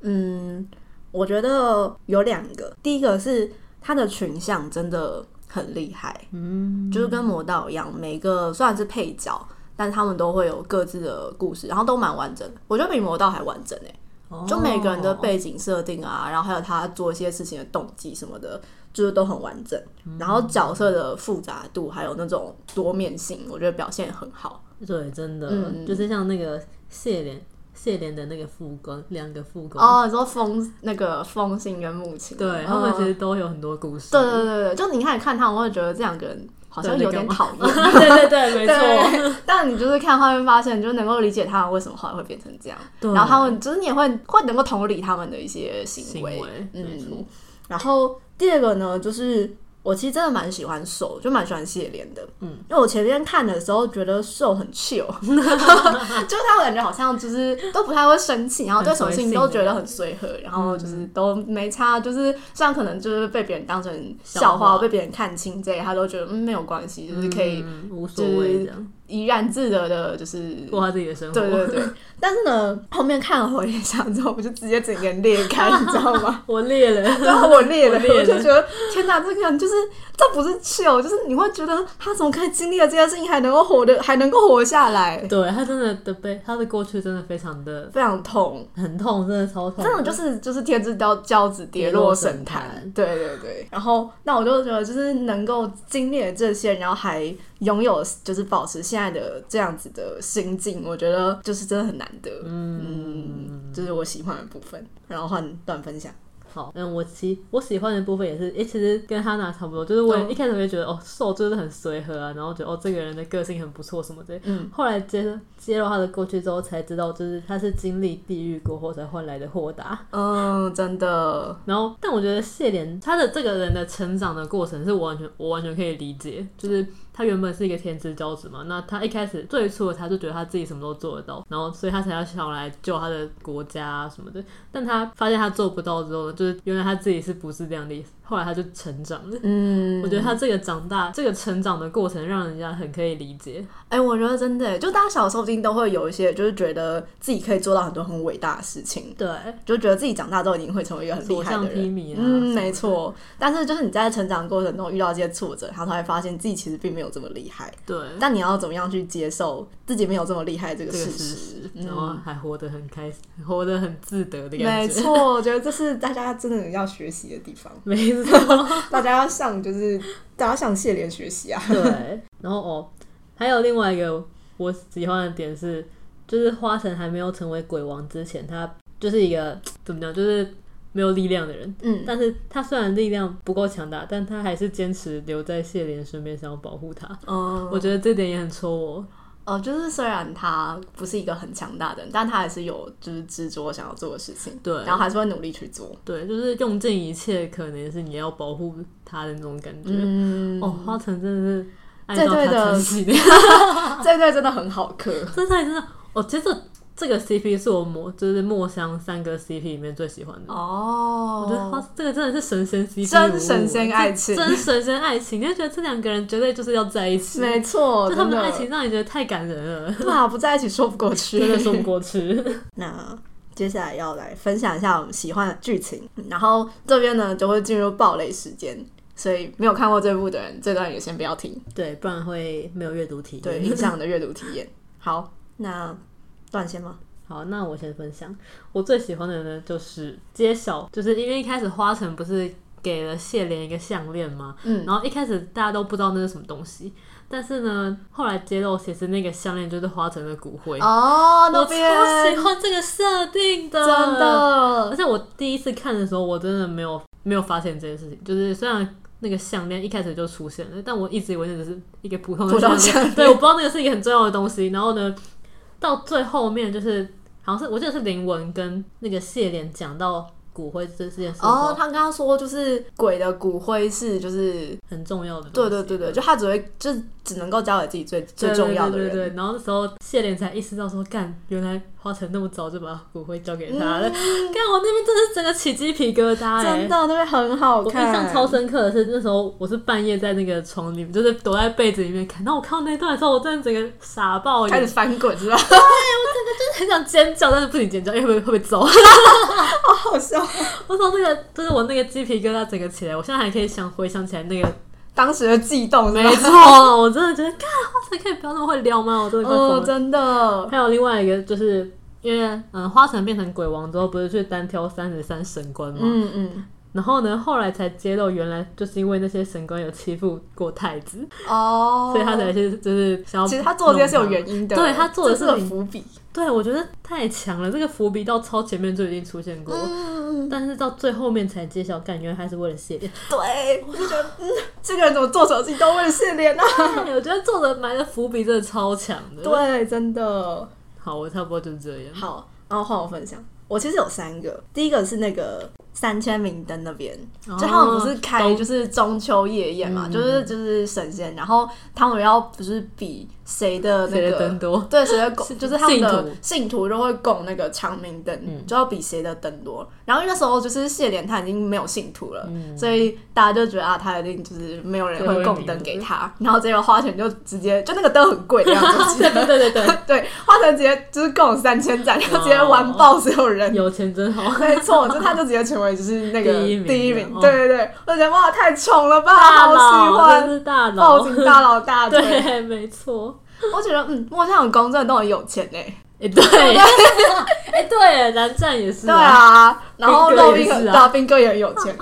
[SPEAKER 1] 嗯，我觉得有两个，第一个是它的群像真的很厉害，
[SPEAKER 2] 嗯，
[SPEAKER 1] 就是跟魔道一样，每个虽然是配角。但是他们都会有各自的故事，然后都蛮完整的，我觉得比魔道还完整哎、
[SPEAKER 2] 哦
[SPEAKER 1] 就每个人的背景设定啊，然后还有他做一些事情的动机什么的，就是都很完整。
[SPEAKER 2] 嗯
[SPEAKER 1] 然后角色的复杂度还有那种多面性，我觉得表现很好。
[SPEAKER 2] 对，真的、
[SPEAKER 1] 嗯
[SPEAKER 2] 就是像那个谢莲，谢莲的那个副官，两个副官，
[SPEAKER 1] 哦，你说风那个风信跟木琴，
[SPEAKER 2] 对、
[SPEAKER 1] 哦
[SPEAKER 2] 他们其实都有很多故事。
[SPEAKER 1] 对对对对，就你看看他，我会觉得这两个人好像有点讨厌。
[SPEAKER 2] 对对 对，没错，
[SPEAKER 1] 对，但你就是看画面发现，你就能够理解他们为什么后来会变成这样。
[SPEAKER 2] 对
[SPEAKER 1] 然后他们就是你也会会能够同理他们的一些
[SPEAKER 2] 行
[SPEAKER 1] 行为。
[SPEAKER 2] 为，没错
[SPEAKER 1] 嗯，然后第二个呢，就是我其实真的蛮喜欢瘦，就蛮喜欢谢怜的。
[SPEAKER 2] 嗯，
[SPEAKER 1] 因为我前面看的时候觉得瘦很 chill，就是他感觉好像就是都不太会生气，然后对什么事情都觉得很随和，然后就是都没差，就是虽然可能就是被别人当成笑
[SPEAKER 2] 笑话
[SPEAKER 1] 话，被别人看清这些，他都觉得嗯没有关系，就是可以
[SPEAKER 2] 嗯无所谓这样
[SPEAKER 1] 怡然自得的，就是
[SPEAKER 2] 过他自己的生活。
[SPEAKER 1] 对对 对。但是呢，后面看了回忆想之后，我就直接整个人 裂开，你知道吗？
[SPEAKER 2] 我裂 了，
[SPEAKER 1] 然后啊我裂了，
[SPEAKER 2] 我裂了
[SPEAKER 1] 我就觉得天哪，这个人就是这不是 chill，就是你会觉得他怎么可以经历了这件事情还能够活的，还能够活下来，
[SPEAKER 2] 对他真的的被他的过去真的非常的
[SPEAKER 1] 非常痛。
[SPEAKER 2] 很痛，真的超痛的。
[SPEAKER 1] 这种就是就是天之骄骄子跌落神坛
[SPEAKER 2] 跌落神，坛
[SPEAKER 1] 对对对。然后那我就觉得就是能够经历了这些，然后还拥有就是保持现在的这样子的心境，我觉得就是真的很难得。嗯，就是我喜欢的部分。然后换段分享，
[SPEAKER 2] 好，嗯，我其我喜欢的部分也是，诶、其实跟哈娜差不多，就是我也
[SPEAKER 1] 嗯
[SPEAKER 2] 一开始会觉得哦，瘦就是很随和啊，然后觉得哦，这个人的个性很不错什么的。
[SPEAKER 1] 嗯，
[SPEAKER 2] 后来揭露揭露他的过去之后，才知道就是他是经历地狱过后才换来的豁达。
[SPEAKER 1] 嗯，真的，
[SPEAKER 2] 然后，但我觉得谢莲他的这个人的成长的过程是我完全我完全可以理解，就是他原本是一个天之骄子嘛，那他一开始最初的他就觉得他自己什么都做得到，然后所以他才要想来救他的国家啊什么的，但他发现他做不到之后呢，就是原来他自己是不是这样的意思，后来他就成长了。
[SPEAKER 1] 嗯，
[SPEAKER 2] 我觉得他这个长大，这个成长的过程让人家很可以理解。
[SPEAKER 1] 哎、我觉得真的耶，就大家小时候一定都会有一些，就是觉得自己可以做到很多很伟大的事情，
[SPEAKER 2] 对，
[SPEAKER 1] 就觉得自己长大之后一定会成为一个很厉
[SPEAKER 2] 所
[SPEAKER 1] 害
[SPEAKER 2] 向
[SPEAKER 1] 的
[SPEAKER 2] 披
[SPEAKER 1] 人。
[SPEAKER 2] 靡啊，
[SPEAKER 1] 嗯，没错。但是就是你在成长过程中遇到这些挫折，然后才会发现自己其实并没有这么厉害。
[SPEAKER 2] 对，
[SPEAKER 1] 但你要怎么样去接受自己没有这么厉害这个
[SPEAKER 2] 这个
[SPEAKER 1] 事
[SPEAKER 2] 事
[SPEAKER 1] 实？
[SPEAKER 2] 实，
[SPEAKER 1] 嗯
[SPEAKER 2] 然后还活得很开心，活得很自得的
[SPEAKER 1] 没
[SPEAKER 2] 感觉。
[SPEAKER 1] 错，我觉得这是大家真的要学习的地方。
[SPEAKER 2] 没错，
[SPEAKER 1] 大家要向就是大家向谢莲学习啊。
[SPEAKER 2] 对。然后哦，还有另外一个我喜欢的点是，就是花神还没有成为鬼王之前，他就是一个怎么讲，就是没有力量的人。
[SPEAKER 1] 嗯，
[SPEAKER 2] 但是他虽然力量不够强大，但他还是坚持留在谢莲身边，想要保护他。
[SPEAKER 1] 嗯，
[SPEAKER 2] 我觉得这点也很戳我。
[SPEAKER 1] 哦，就是虽然他不是一个很强大的人，但他还是有就是执着想要做的事情，
[SPEAKER 2] 对
[SPEAKER 1] 然后还是会努力去做。
[SPEAKER 2] 对，就是用尽一切可能是你要保护他的那种感觉。
[SPEAKER 1] 嗯，
[SPEAKER 2] 哦，花城真的是爱
[SPEAKER 1] 对
[SPEAKER 2] 到
[SPEAKER 1] 对
[SPEAKER 2] 他
[SPEAKER 1] 的
[SPEAKER 2] 成 系列，
[SPEAKER 1] 这一对真的很好磕。
[SPEAKER 2] 这才真的，哦，其实这这个 CP 是我默就是墨香三个 CP 里面最喜欢的。
[SPEAKER 1] 哦
[SPEAKER 2] 我觉得花这个真的是神仙 CP，
[SPEAKER 1] 真神仙爱情
[SPEAKER 2] 真神仙爱情，你就觉得这两个人绝对就是要在一起，
[SPEAKER 1] 没错，
[SPEAKER 2] 就他
[SPEAKER 1] 真
[SPEAKER 2] 们的
[SPEAKER 1] 的
[SPEAKER 2] 爱情让你觉得太感人了，
[SPEAKER 1] 对啊，不在一起说不过去，
[SPEAKER 2] 真的说 不过去。
[SPEAKER 1] 那接下来要来分享一下我们喜欢的剧情，然后这边呢就会进入暴雷时间。所以没有看过这部的人，这段也先不要听，
[SPEAKER 2] 对，不然会没有阅读体验。
[SPEAKER 1] 对，影响你的阅读体验。好，那段先吗？
[SPEAKER 2] 好，那我先分享。我最喜欢的呢，就是揭晓，就是因为一开始花城不是给了谢莲一个项链吗？
[SPEAKER 1] 嗯，
[SPEAKER 2] 然后一开始大家都不知道那是什么东西，但是呢，后来揭露其实那个项链就是花城的骨灰。
[SPEAKER 1] 哦，
[SPEAKER 2] 我
[SPEAKER 1] 那
[SPEAKER 2] 超
[SPEAKER 1] 边
[SPEAKER 2] 喜欢这个设定的，
[SPEAKER 1] 真。的
[SPEAKER 2] 而且我第一次看的时候，我真的没有没有发现这件事情，就是虽然。那个项链一开始就出现了，但我一直以为那只是一个普通的
[SPEAKER 1] 普通项
[SPEAKER 2] 项
[SPEAKER 1] 链
[SPEAKER 2] 链，对，我不知道那个是一个很重要的东西。然后呢，到最后面就是好像是我记得是林文跟那个谢莲讲到骨灰这这件事的时候
[SPEAKER 1] 哦，他刚刚说就是鬼的骨灰是就是
[SPEAKER 2] 很重要的东
[SPEAKER 1] 对
[SPEAKER 2] 西，
[SPEAKER 1] 对对对，就他只会就只能够交给自己最最重要的人。
[SPEAKER 2] 对对对对然后那时候谢莲才意识到说，干，原来花城那么早就把骨灰交给他了。干，我那边真的是整个起鸡皮疙瘩、欸，
[SPEAKER 1] 嗯真。的那边很好
[SPEAKER 2] 我印
[SPEAKER 1] 看，
[SPEAKER 2] 象超深刻的是，那时候我是半夜在那个床里面，就是躲在被子里面看。然后我看到那段的时候，我真的整个傻爆眼，我
[SPEAKER 1] 开始
[SPEAKER 2] 真
[SPEAKER 1] 翻滚是吧？
[SPEAKER 2] 的很想尖叫，但是不行尖叫，因为会被会被揍。
[SPEAKER 1] 好笑，
[SPEAKER 2] 我从那个，就是我那个鸡皮疙瘩整个起来，我现在还可以想回想起来那个。
[SPEAKER 1] 当时的悸动是
[SPEAKER 2] 没
[SPEAKER 1] 吧？
[SPEAKER 2] 错， 我真的觉得，干，花城可以不要那么会撩吗？我真的快疯了。
[SPEAKER 1] 哦，真的，
[SPEAKER 2] 还有另外一个，就是因为嗯，花城变成鬼王之后，不是去单挑三十三神官吗？
[SPEAKER 1] 嗯嗯，
[SPEAKER 2] 然后呢，后来才揭露，原来就是因为那些神官有欺负过太子，
[SPEAKER 1] 哦，
[SPEAKER 2] 所以他才去就是想要。
[SPEAKER 1] 其实他做这些是有。原因的，
[SPEAKER 2] 对他做的
[SPEAKER 1] 这是
[SPEAKER 2] 事
[SPEAKER 1] 个
[SPEAKER 2] 情
[SPEAKER 1] 伏笔，
[SPEAKER 2] 对，我觉得太强了，这个伏笔到超前面就已经出现过，
[SPEAKER 1] 嗯，
[SPEAKER 2] 但是到最后面才揭晓，感觉还是为了 谢莲。
[SPEAKER 1] 对，我就觉得，嗯，这个人怎么做手机都为了谢怜啊？
[SPEAKER 2] 哎对我觉得作者埋的伏笔真的超强的。，
[SPEAKER 1] 对，真的，
[SPEAKER 2] 好，我差不多就是这样。
[SPEAKER 1] 好，然后换我分享。我其实有三个，第一个是那个三千明灯那边，
[SPEAKER 2] 哦
[SPEAKER 1] 就他们不是开
[SPEAKER 2] 懂
[SPEAKER 1] 就是中秋夜宴嘛，
[SPEAKER 2] 嗯
[SPEAKER 1] 就是就是神仙，然后他们要不是比谁的那
[SPEAKER 2] 谁的
[SPEAKER 1] 个
[SPEAKER 2] 灯多
[SPEAKER 1] 对谁的 拱，
[SPEAKER 2] 信
[SPEAKER 1] 就是他们
[SPEAKER 2] 信
[SPEAKER 1] 的
[SPEAKER 2] 徒
[SPEAKER 1] 信徒就会供那个长明灯，
[SPEAKER 2] 嗯
[SPEAKER 1] 就要比谁的灯多。然后因为那时候就是谢莲他已经没有信徒了，
[SPEAKER 2] 嗯
[SPEAKER 1] 所以大家就觉得啊，他一定就是没有人
[SPEAKER 2] 对
[SPEAKER 1] 会
[SPEAKER 2] 会
[SPEAKER 1] 供
[SPEAKER 2] 比
[SPEAKER 1] 灯给
[SPEAKER 2] 对
[SPEAKER 1] 他，然后结果花钱就直接就那个灯很贵的样 子，
[SPEAKER 2] 对对对对
[SPEAKER 1] 对，花钱直接就是供三千盏，然后直接
[SPEAKER 2] 哇
[SPEAKER 1] 完爆所有人
[SPEAKER 2] 对，。哦有钱真好。
[SPEAKER 1] 没错，就他就直接成为就是那个
[SPEAKER 2] 第一名
[SPEAKER 1] 第一
[SPEAKER 2] 了
[SPEAKER 1] 名，
[SPEAKER 2] 哦
[SPEAKER 1] 对对对，我觉得哇太宠了吧，
[SPEAKER 2] 大
[SPEAKER 1] 好喜
[SPEAKER 2] 佬，真
[SPEAKER 1] 欢，
[SPEAKER 2] 是大
[SPEAKER 1] 抱
[SPEAKER 2] 佬，
[SPEAKER 1] 紧大佬大腿，
[SPEAKER 2] 对，没错。
[SPEAKER 1] 我觉得嗯，墨香宫真的都很有钱哎，
[SPEAKER 2] 哎、对， 哎、对，蓝湛也是、
[SPEAKER 1] 对，啊，然后
[SPEAKER 2] 兵哥
[SPEAKER 1] 肉
[SPEAKER 2] 也
[SPEAKER 1] 冰
[SPEAKER 2] 是啊
[SPEAKER 1] 大兵哥也很有钱，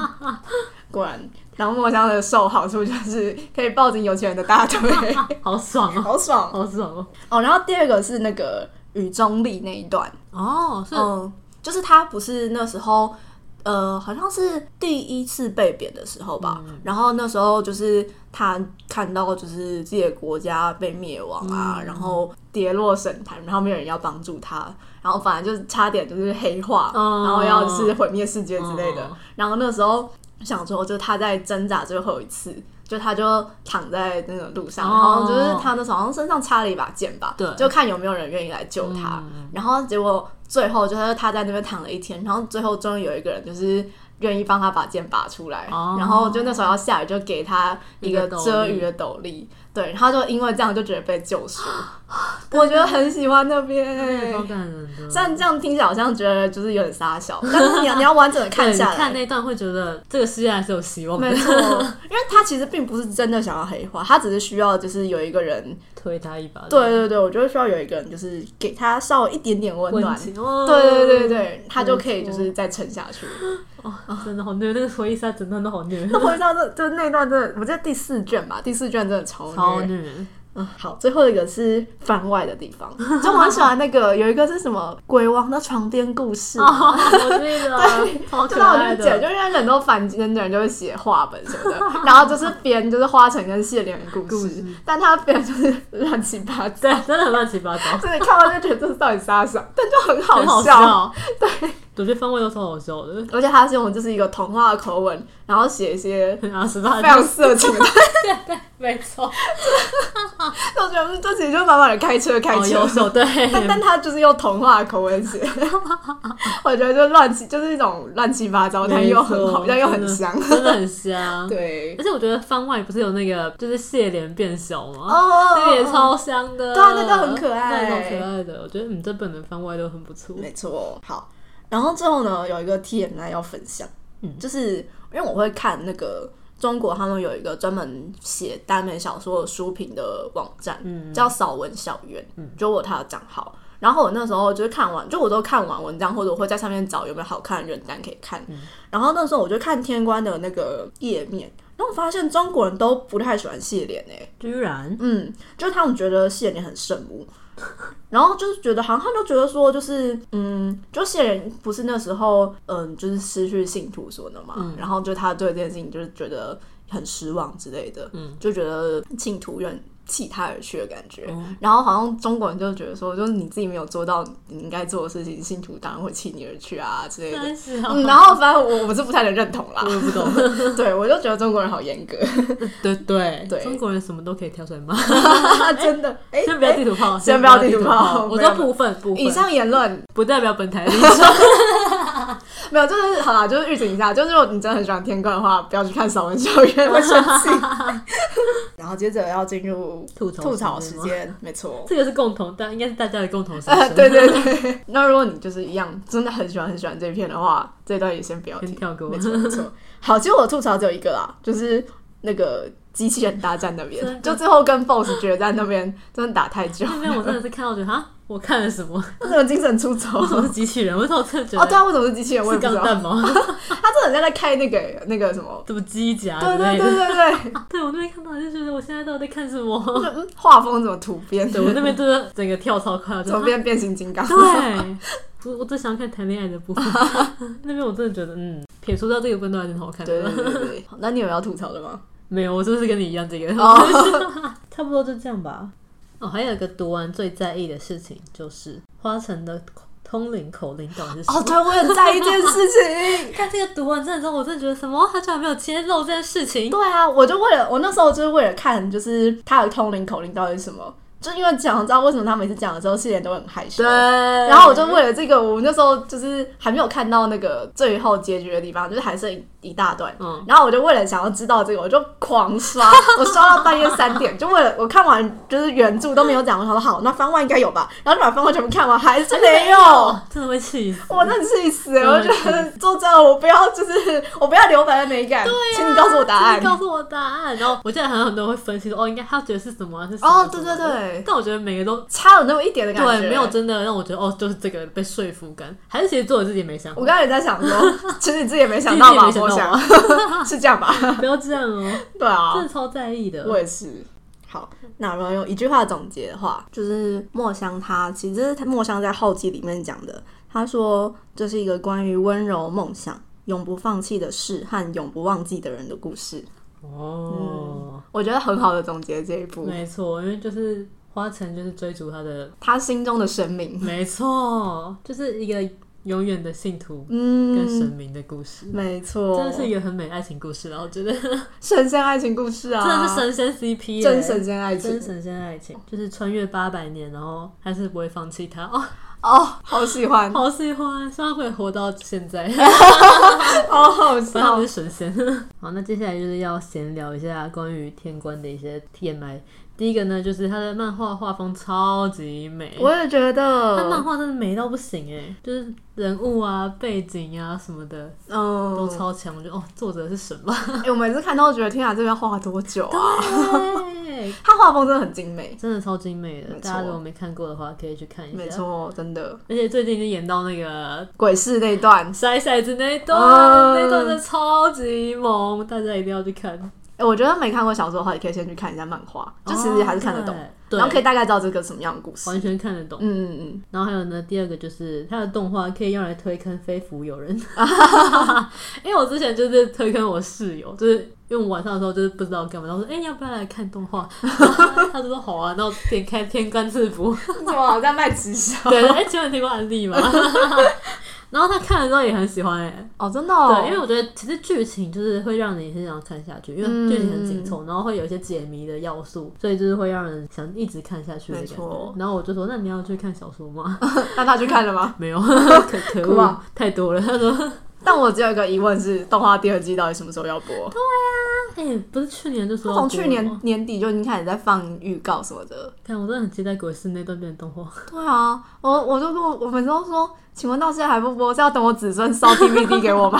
[SPEAKER 1] 果然，然后墨香的受好处就是可以抱紧有钱人的大腿，
[SPEAKER 2] 好爽哦，
[SPEAKER 1] 好爽
[SPEAKER 2] 好爽哦。
[SPEAKER 1] 哦。然后第二个是那个雨中丽那一段，
[SPEAKER 2] 哦，是、
[SPEAKER 1] 嗯，就是他不是那时候，呃，好像是第一次被贬的时候吧。然后那时候就是他看到就是自己的国家被灭亡啊，然后跌落神坛，然后没有人要帮助他，然后反正就是差点就是黑化，
[SPEAKER 2] 哦
[SPEAKER 1] 然后要就是毁灭世界之类的。
[SPEAKER 2] 哦
[SPEAKER 1] 然后那时候想说，就他在挣扎最后一次。就他就躺在那个路上，然后就是
[SPEAKER 2] 哦
[SPEAKER 1] 啊他那时候好像身上插了一把剑吧，
[SPEAKER 2] 对
[SPEAKER 1] 就看有没有人愿意来救他。
[SPEAKER 2] 嗯
[SPEAKER 1] 然后结果最后就是他在那边躺了一天，然后最后终于有一个人就是愿意帮他把剑拔出来，
[SPEAKER 2] 哦
[SPEAKER 1] 然后就那时候要下雨，就给他一个遮雨的斗笠，对，然后就因为这样就觉得被救赎，
[SPEAKER 2] 啊
[SPEAKER 1] 我觉得很喜欢那
[SPEAKER 2] 那个超
[SPEAKER 1] 边。
[SPEAKER 2] 感人的。
[SPEAKER 1] 虽然这样听起来好像觉得就是有点傻小，但是 你要你要完整的看
[SPEAKER 2] 对
[SPEAKER 1] 下
[SPEAKER 2] 你看
[SPEAKER 1] 来，
[SPEAKER 2] 那段会觉得这个世界还是有希望
[SPEAKER 1] 没
[SPEAKER 2] 的，
[SPEAKER 1] 错，因为他其实并不是真的想要黑化，他只是需要就是有一个人，
[SPEAKER 2] 推他一把。
[SPEAKER 1] 对，对对，我觉得需要有一个人就是给他稍微一点点温
[SPEAKER 2] 温
[SPEAKER 1] 暖，
[SPEAKER 2] 情。哦
[SPEAKER 1] 对对对，对，他就可以
[SPEAKER 2] 没
[SPEAKER 1] 就
[SPEAKER 2] 错
[SPEAKER 1] 是再撑下去。
[SPEAKER 2] 哦，真的好虐，那个回忆杀整段都好虐，
[SPEAKER 1] 那回到这就那一段真的，我记得第四卷吧，第四卷真的超
[SPEAKER 2] 超
[SPEAKER 1] 虐。
[SPEAKER 2] 虐。
[SPEAKER 1] 嗯，好，最后一个是番外的 地方，就我很喜欢那个有一个是什么鬼王的床边故事。
[SPEAKER 2] 哦，我记得，超
[SPEAKER 1] 就
[SPEAKER 2] 可
[SPEAKER 1] 让
[SPEAKER 2] 爱
[SPEAKER 1] 我就觉得，
[SPEAKER 2] 的。
[SPEAKER 1] 就让很多凡间的人就会写话本什 么的，然后就是编就是花城跟谢莲的故
[SPEAKER 2] 故
[SPEAKER 1] 事
[SPEAKER 2] 事，
[SPEAKER 1] 但他编就是乱七八糟，
[SPEAKER 2] 对，真的很乱七八糟，
[SPEAKER 1] 真的看完就觉得这是到底啥啥，但就很
[SPEAKER 2] 很好
[SPEAKER 1] 好笑。
[SPEAKER 2] 笑。对，我觉得番位都超好笑的。
[SPEAKER 1] 而且他是用就是一个童话的口吻，然后写一些
[SPEAKER 2] 啊，十八
[SPEAKER 1] 非常色情的
[SPEAKER 2] 没错，
[SPEAKER 1] 我觉得这其实就满满的开车开
[SPEAKER 2] 好
[SPEAKER 1] 车，
[SPEAKER 2] 优秀，对，
[SPEAKER 1] 但但他就是用童话的口吻写， 我觉得就乱七就是一种乱七八糟，但又很好，
[SPEAKER 2] 没错
[SPEAKER 1] 但又很香。
[SPEAKER 2] 真的很香。
[SPEAKER 1] 对，
[SPEAKER 2] 而且我觉得番外不是有那个就是蟹脸变小吗？
[SPEAKER 1] 哦
[SPEAKER 2] 那个也超香的，
[SPEAKER 1] 对啊那个很可爱
[SPEAKER 2] 那个超可爱的。我觉得嗯，这本的番外都很不错。
[SPEAKER 1] 没错。好，然后最后呢，有一个 TMI 要分享，
[SPEAKER 2] 嗯
[SPEAKER 1] 就是因为我会看那个中国他们有一个专门写耽美小说的书评的网站，
[SPEAKER 2] 嗯
[SPEAKER 1] 叫扫文小园，
[SPEAKER 2] 嗯
[SPEAKER 1] 就我有他的账号。然后我那时候就是看完，就我都看完文章，或者我会在上面找有没有好看的人单可以看。
[SPEAKER 2] 嗯
[SPEAKER 1] 然后那时候我就看天官的那个页面，然后我发现中国人都不太喜欢谢莲诶、
[SPEAKER 2] 居然
[SPEAKER 1] 嗯，就是他们觉得谢莲很圣母， 然后就是觉得好像他就觉得说，就是嗯，就谢莲不是那时候嗯，就是失去信徒什么的嘛，然后就他对这件事情就是觉得很失望之类的，
[SPEAKER 2] 嗯，
[SPEAKER 1] 就觉得信徒远弃他而去的感觉。
[SPEAKER 2] 哦
[SPEAKER 1] 然后好像中国人就觉得说，就是你自己没有做到你应该做的事情，信徒当然会弃你而去啊之类的。
[SPEAKER 2] 三十啊
[SPEAKER 1] 嗯，，然后反正我我是不太能认同 啦
[SPEAKER 2] 我，也不懂。
[SPEAKER 1] 对我就觉得中国人好严格，
[SPEAKER 2] 对对
[SPEAKER 1] 对
[SPEAKER 2] 中国人什么都可以挑出来骂，
[SPEAKER 1] 真的。哎、
[SPEAKER 2] 先不要地图炮，
[SPEAKER 1] 先不
[SPEAKER 2] 不
[SPEAKER 1] 要地
[SPEAKER 2] 地
[SPEAKER 1] 图炮
[SPEAKER 2] 我
[SPEAKER 1] 没有
[SPEAKER 2] 说部分部分，
[SPEAKER 1] 以上言论
[SPEAKER 2] 不代表本台 立场。
[SPEAKER 1] 没有，就是好啦，就是预警一下，就是如果你真的很喜欢天官的话，不要去看《扫文校园》，会生气。 然后接着要进入
[SPEAKER 2] 吐槽
[SPEAKER 1] 吐槽时
[SPEAKER 2] 时间吗
[SPEAKER 1] 间，没 错。
[SPEAKER 2] 这个是共同，但应该是大家的共同心
[SPEAKER 1] 呃，
[SPEAKER 2] 声。
[SPEAKER 1] 对对对。那如果你就是一样，真的很喜欢很喜欢这一篇的话，这段也先不要
[SPEAKER 2] 先
[SPEAKER 1] 听。
[SPEAKER 2] 跳过
[SPEAKER 1] 没。错没错。好，其实我吐槽只有一个啦，就是那个机器人大战那
[SPEAKER 2] 真
[SPEAKER 1] 边，
[SPEAKER 2] 的
[SPEAKER 1] 就最后跟 BOSS 决战那边，真的打太 久哦了，
[SPEAKER 2] 那边我真的是看到觉得哈，我看了什么？
[SPEAKER 1] 那种精神出走。
[SPEAKER 2] 为什么是机器人？为什么我真的觉
[SPEAKER 1] 哦，对
[SPEAKER 2] 得
[SPEAKER 1] 啊，为什么是机器人？我也
[SPEAKER 2] 是
[SPEAKER 1] 不知
[SPEAKER 2] 钢
[SPEAKER 1] 道。
[SPEAKER 2] 弹吗？
[SPEAKER 1] 他真的很像在开那个那个什么。
[SPEAKER 2] 什么机甲
[SPEAKER 1] 啊 对
[SPEAKER 2] 之
[SPEAKER 1] 对
[SPEAKER 2] 类
[SPEAKER 1] 对
[SPEAKER 2] 的？
[SPEAKER 1] 对对，
[SPEAKER 2] 对我那边看到就觉得我现在到底在看什
[SPEAKER 1] 我
[SPEAKER 2] 么？
[SPEAKER 1] 说嗯画风怎么突变？
[SPEAKER 2] 对我那边真的整个跳超快，我就
[SPEAKER 1] 怎么
[SPEAKER 2] 啊
[SPEAKER 1] 变变形金 刚？
[SPEAKER 2] 对，我我只想看谈恋爱的部分。 那边我真的觉得，嗯，撇除掉这个分段，真的好看
[SPEAKER 1] 对
[SPEAKER 2] 的。
[SPEAKER 1] 对对对。好那你有要吐槽的吗？
[SPEAKER 2] 没有，我就是跟你一样，这个、
[SPEAKER 1] 哦，
[SPEAKER 2] 差不多就这样吧。哦，还有一个读完最在意的事情就是花城的通灵口令到底是什么？
[SPEAKER 1] 哦，对，我很在意这件事情。
[SPEAKER 2] 看这个读完真的之后，我真的觉得什么，他居然没有揭露这件事情。
[SPEAKER 1] 对啊，我就为了我那时候就是为了看，就是他的通灵口令到底是什么。就因为讲，知道为什么他每次讲的时候，谢贤都很害羞。
[SPEAKER 2] 对，
[SPEAKER 1] 然后我就为了这个，我那时候就是还没有看到那个最后结局的地方，就是还剩一大段。
[SPEAKER 2] 嗯
[SPEAKER 1] 然后我就为了想要知道这个，我就狂刷，我刷到半夜三点，就为了我看完就是原著都没有讲，我想说好，那番外应该有吧，然后就把番外全部看完，还是没有。
[SPEAKER 2] 哦，真的会气死。
[SPEAKER 1] 我真的气死
[SPEAKER 2] 嗯
[SPEAKER 1] 了！我觉 得作者，我不要，就是 我不要留白的美感，请你告诉我答案
[SPEAKER 2] 请。告诉我答案。然后我记得还有很多人会分析说，哦，应该他觉得是什么啊是什么
[SPEAKER 1] 哦，
[SPEAKER 2] 什
[SPEAKER 1] 对
[SPEAKER 2] 么
[SPEAKER 1] 对对，
[SPEAKER 2] 但我觉得每个都
[SPEAKER 1] 差有那么一点的感觉，
[SPEAKER 2] 对，没有真的让我觉得哦，就是这个被说服感，还是其实作者自己没想好
[SPEAKER 1] 我，刚才也在想 说，其实你自己也没想到吧？
[SPEAKER 2] 其实
[SPEAKER 1] 我
[SPEAKER 2] 你也没想
[SPEAKER 1] 想啊 是这样吧？
[SPEAKER 2] 不要这样哦，
[SPEAKER 1] 对啊
[SPEAKER 2] 真，的超在意的。
[SPEAKER 1] 我也是。好，那如果用一句话总结的话，就是墨香他其实他墨香在后记里面讲的，他说这是一个关于温柔梦想、永不放弃的事和永不忘记的人的故事。
[SPEAKER 2] 哦，
[SPEAKER 1] 我觉得很好的总结这一部，
[SPEAKER 2] 没错，因为就是花城就是追逐他的，
[SPEAKER 1] 他心中的神明。
[SPEAKER 2] 没错，就是一个永远的信徒跟神
[SPEAKER 1] 嗯，
[SPEAKER 2] 明的故事。
[SPEAKER 1] 没
[SPEAKER 2] 真
[SPEAKER 1] 错，
[SPEAKER 2] 的是一个很美爱情故事啊！我觉得 真
[SPEAKER 1] 神仙爱情故事啊，
[SPEAKER 2] 的是神仙 CP，耶
[SPEAKER 1] 真神仙爱情
[SPEAKER 2] 真神仙爱情，就是穿越八百年，然后还是不会放弃他哦，
[SPEAKER 1] 哦，好喜欢，
[SPEAKER 2] 好喜欢，希望会活到现在。
[SPEAKER 1] 好
[SPEAKER 2] 不
[SPEAKER 1] 好
[SPEAKER 2] 然他
[SPEAKER 1] 笑
[SPEAKER 2] 们。是神仙。 好，那接下来就是要闲聊一下关于天官的一些 TMI。第一个呢，就是他的漫画画风超级美，
[SPEAKER 1] 我也觉
[SPEAKER 2] 他漫
[SPEAKER 1] 得，
[SPEAKER 2] 画真的美到不行哎，就是人物啊、背景啊什么的都
[SPEAKER 1] 嗯，
[SPEAKER 2] 超强。我觉得哦，作者是神吧？
[SPEAKER 1] 哎、我每次看都觉得天啊，这个要画多久啊？
[SPEAKER 2] 对，
[SPEAKER 1] 他画风真的很精美，
[SPEAKER 2] 真的超精美的。
[SPEAKER 1] 没错
[SPEAKER 2] 大家如果没看过的话，可以去看一下。
[SPEAKER 1] 没错，真的
[SPEAKER 2] 而且最近已经演到那个
[SPEAKER 1] 鬼市那一段，
[SPEAKER 2] 筛骰子那一段，
[SPEAKER 1] 嗯
[SPEAKER 2] 那一段真的超级萌，大家一定要去看。
[SPEAKER 1] 哎，我觉得没看过小说的话，也可以先去看一下漫画，就其实还是看得懂，
[SPEAKER 2] 哦，对，
[SPEAKER 1] 然后可以大概知道这个什么样的故事。
[SPEAKER 2] 完全看得懂。
[SPEAKER 1] 嗯嗯
[SPEAKER 2] 然后还有呢，第二个就是它的动画可以用来推坑非福友 人，因为我之前就是推坑我室友，就是因为我晚上的时候就是不知道干嘛，然后说哎、要不要来看动画， 然后他就说好啊，然后点开天官赐 福，
[SPEAKER 1] 嗯，怎么好像卖直 销？
[SPEAKER 2] 对，哎、请问你听过安利吗？ 然后他看了之后也很喜欢哎、
[SPEAKER 1] 哦，真的、哦，
[SPEAKER 2] 对，因为我觉得其实剧情就是会让你很想看下去，因
[SPEAKER 1] 嗯
[SPEAKER 2] 为剧情很紧凑，然后会有一些解谜的要素，所以就是会让人想一直看下去的感
[SPEAKER 1] 没错
[SPEAKER 2] 觉。然后我就说，那你要去看小说吗？
[SPEAKER 1] 那他去看了 吗？
[SPEAKER 2] 没 有，可可
[SPEAKER 1] 哭
[SPEAKER 2] 恶
[SPEAKER 1] 啊，
[SPEAKER 2] 太多了。他说，
[SPEAKER 1] 但我只有一个疑问是，动画第二季到底什么时候要播？
[SPEAKER 2] 哎、不是去年就说
[SPEAKER 1] 他
[SPEAKER 2] 要播
[SPEAKER 1] 从
[SPEAKER 2] 吗
[SPEAKER 1] 去年年底就已经开始在放预告什么的。
[SPEAKER 2] 看，我真的很期待鬼市那段变成动画。
[SPEAKER 1] 对啊，我我就跟我我们都说，请问到现在还不播，是要等我子孙烧 DVD 给 我吗？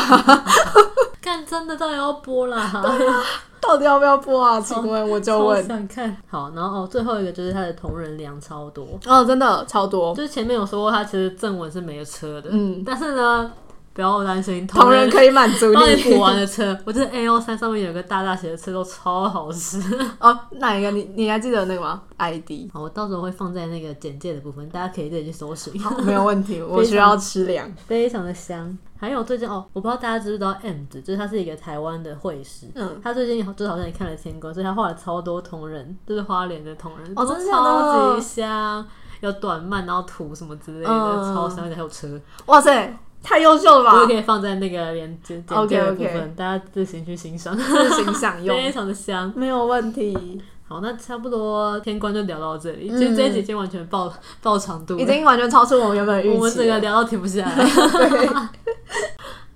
[SPEAKER 2] 看，真的到底要播啦？
[SPEAKER 1] 到底要不要播啊？请问 我就
[SPEAKER 2] 超
[SPEAKER 1] 问。
[SPEAKER 2] 想看。好，然后哦，最后一个就是他的同人量超多，
[SPEAKER 1] 哦，真的超多，
[SPEAKER 2] 就是前面有说过，他其实正文是没有车的，
[SPEAKER 1] 嗯，
[SPEAKER 2] 但是呢，不要担心，
[SPEAKER 1] 同人可以满足
[SPEAKER 2] 帮你补
[SPEAKER 1] 你。
[SPEAKER 2] 完的车，我记得 A O 三上面有个大大写的车都超好吃。
[SPEAKER 1] 哦，哪一个？你你还记得那个吗？ID
[SPEAKER 2] 好，我到时候会放在那个简介的部分，大家可以自己去搜寻。
[SPEAKER 1] 好，哦没有问 题，我需要吃粮。
[SPEAKER 2] 非常的香。还有最近哦，我不知道大家知不知道 M 子，就是他是一个台湾的绘师，
[SPEAKER 1] 嗯，
[SPEAKER 2] 他最近就是好像也看了《天光》，所以他画了超多同人，就是花莲的同人，
[SPEAKER 1] 哦
[SPEAKER 2] 都
[SPEAKER 1] 真的假的
[SPEAKER 2] 超级香，有短漫，然后图什么之类的，
[SPEAKER 1] 嗯
[SPEAKER 2] 超香，而且还有车，
[SPEAKER 1] 哇塞，太优秀
[SPEAKER 2] 我
[SPEAKER 1] 了
[SPEAKER 2] 也
[SPEAKER 1] 吧！
[SPEAKER 2] 可以放在那个连接简介的部
[SPEAKER 1] OK，OK
[SPEAKER 2] 分，大家自行去欣赏，
[SPEAKER 1] 自行享用，
[SPEAKER 2] 非常的香。
[SPEAKER 1] 没有问题，
[SPEAKER 2] 好，那差不多天光就聊到这里，
[SPEAKER 1] 嗯
[SPEAKER 2] 其实这一集已经完全爆爆长度了，
[SPEAKER 1] 已经完全超出我们原本的预期了。
[SPEAKER 2] 我们整个聊到停不下来。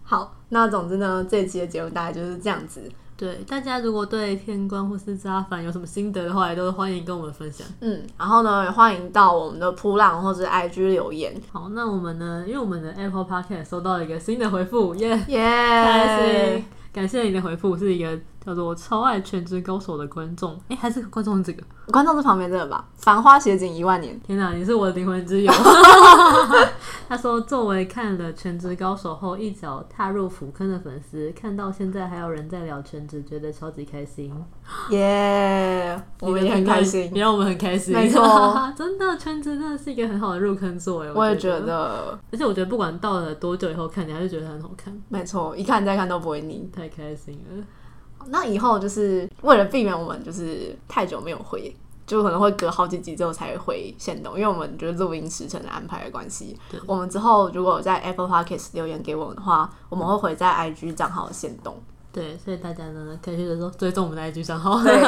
[SPEAKER 1] 好，那总之呢，这一期的节目大概就是这样子。
[SPEAKER 2] 对，大家如果对天官或是扎凡有什么心得的话，也都欢迎跟我们分享。
[SPEAKER 1] 嗯，然后呢，也欢迎到我们的扑浪或者 IG 留言，
[SPEAKER 2] 好，那我们呢，因为我们的 Apple Podcast 收到了一个新的回复，耶、
[SPEAKER 1] 耶、
[SPEAKER 2] 开心！感谢你的回复，是一个叫做“超爱全职高手”的观众，哎、还是观众是这个？
[SPEAKER 1] 观众是旁边这个吧，《繁花写景一万年》
[SPEAKER 2] 天哪，你是我的灵魂之友。他说，作为看了《全职高手》后一脚踏入腐坑的粉丝，看到现在还有人在聊全职，觉得超级开心。
[SPEAKER 1] 耶、我们也很开心
[SPEAKER 2] 你。让我们很开心，
[SPEAKER 1] 没错，
[SPEAKER 2] 真的全职真的是一个很好的入坑作哎，
[SPEAKER 1] 我也
[SPEAKER 2] 觉
[SPEAKER 1] 觉，得，
[SPEAKER 2] 而且我觉得不管到了多久以后看，你还是觉得很好看，
[SPEAKER 1] 没错，一看再看都不会腻。
[SPEAKER 2] 太开心了。
[SPEAKER 1] 那以后就是为了避免我们就是太久没有回就可能会隔好几集之后才回线动，因为我们就是录音时程的安排的关系
[SPEAKER 2] 对。
[SPEAKER 1] 我们之后如果在 Apple Podcast 留言给我们的话，我们会回在 IG 账号的线动。
[SPEAKER 2] 对，所以大家呢可以去的时候追踪我们的 IG 账号。
[SPEAKER 1] 对，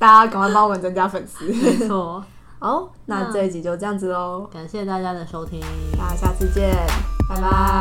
[SPEAKER 1] 大家赶快帮我们增加粉丝。
[SPEAKER 2] 没错，
[SPEAKER 1] 好，那
[SPEAKER 2] 那
[SPEAKER 1] 这一集就这样子喽，
[SPEAKER 2] 感谢大家的收听。
[SPEAKER 1] 大家下次见，拜拜。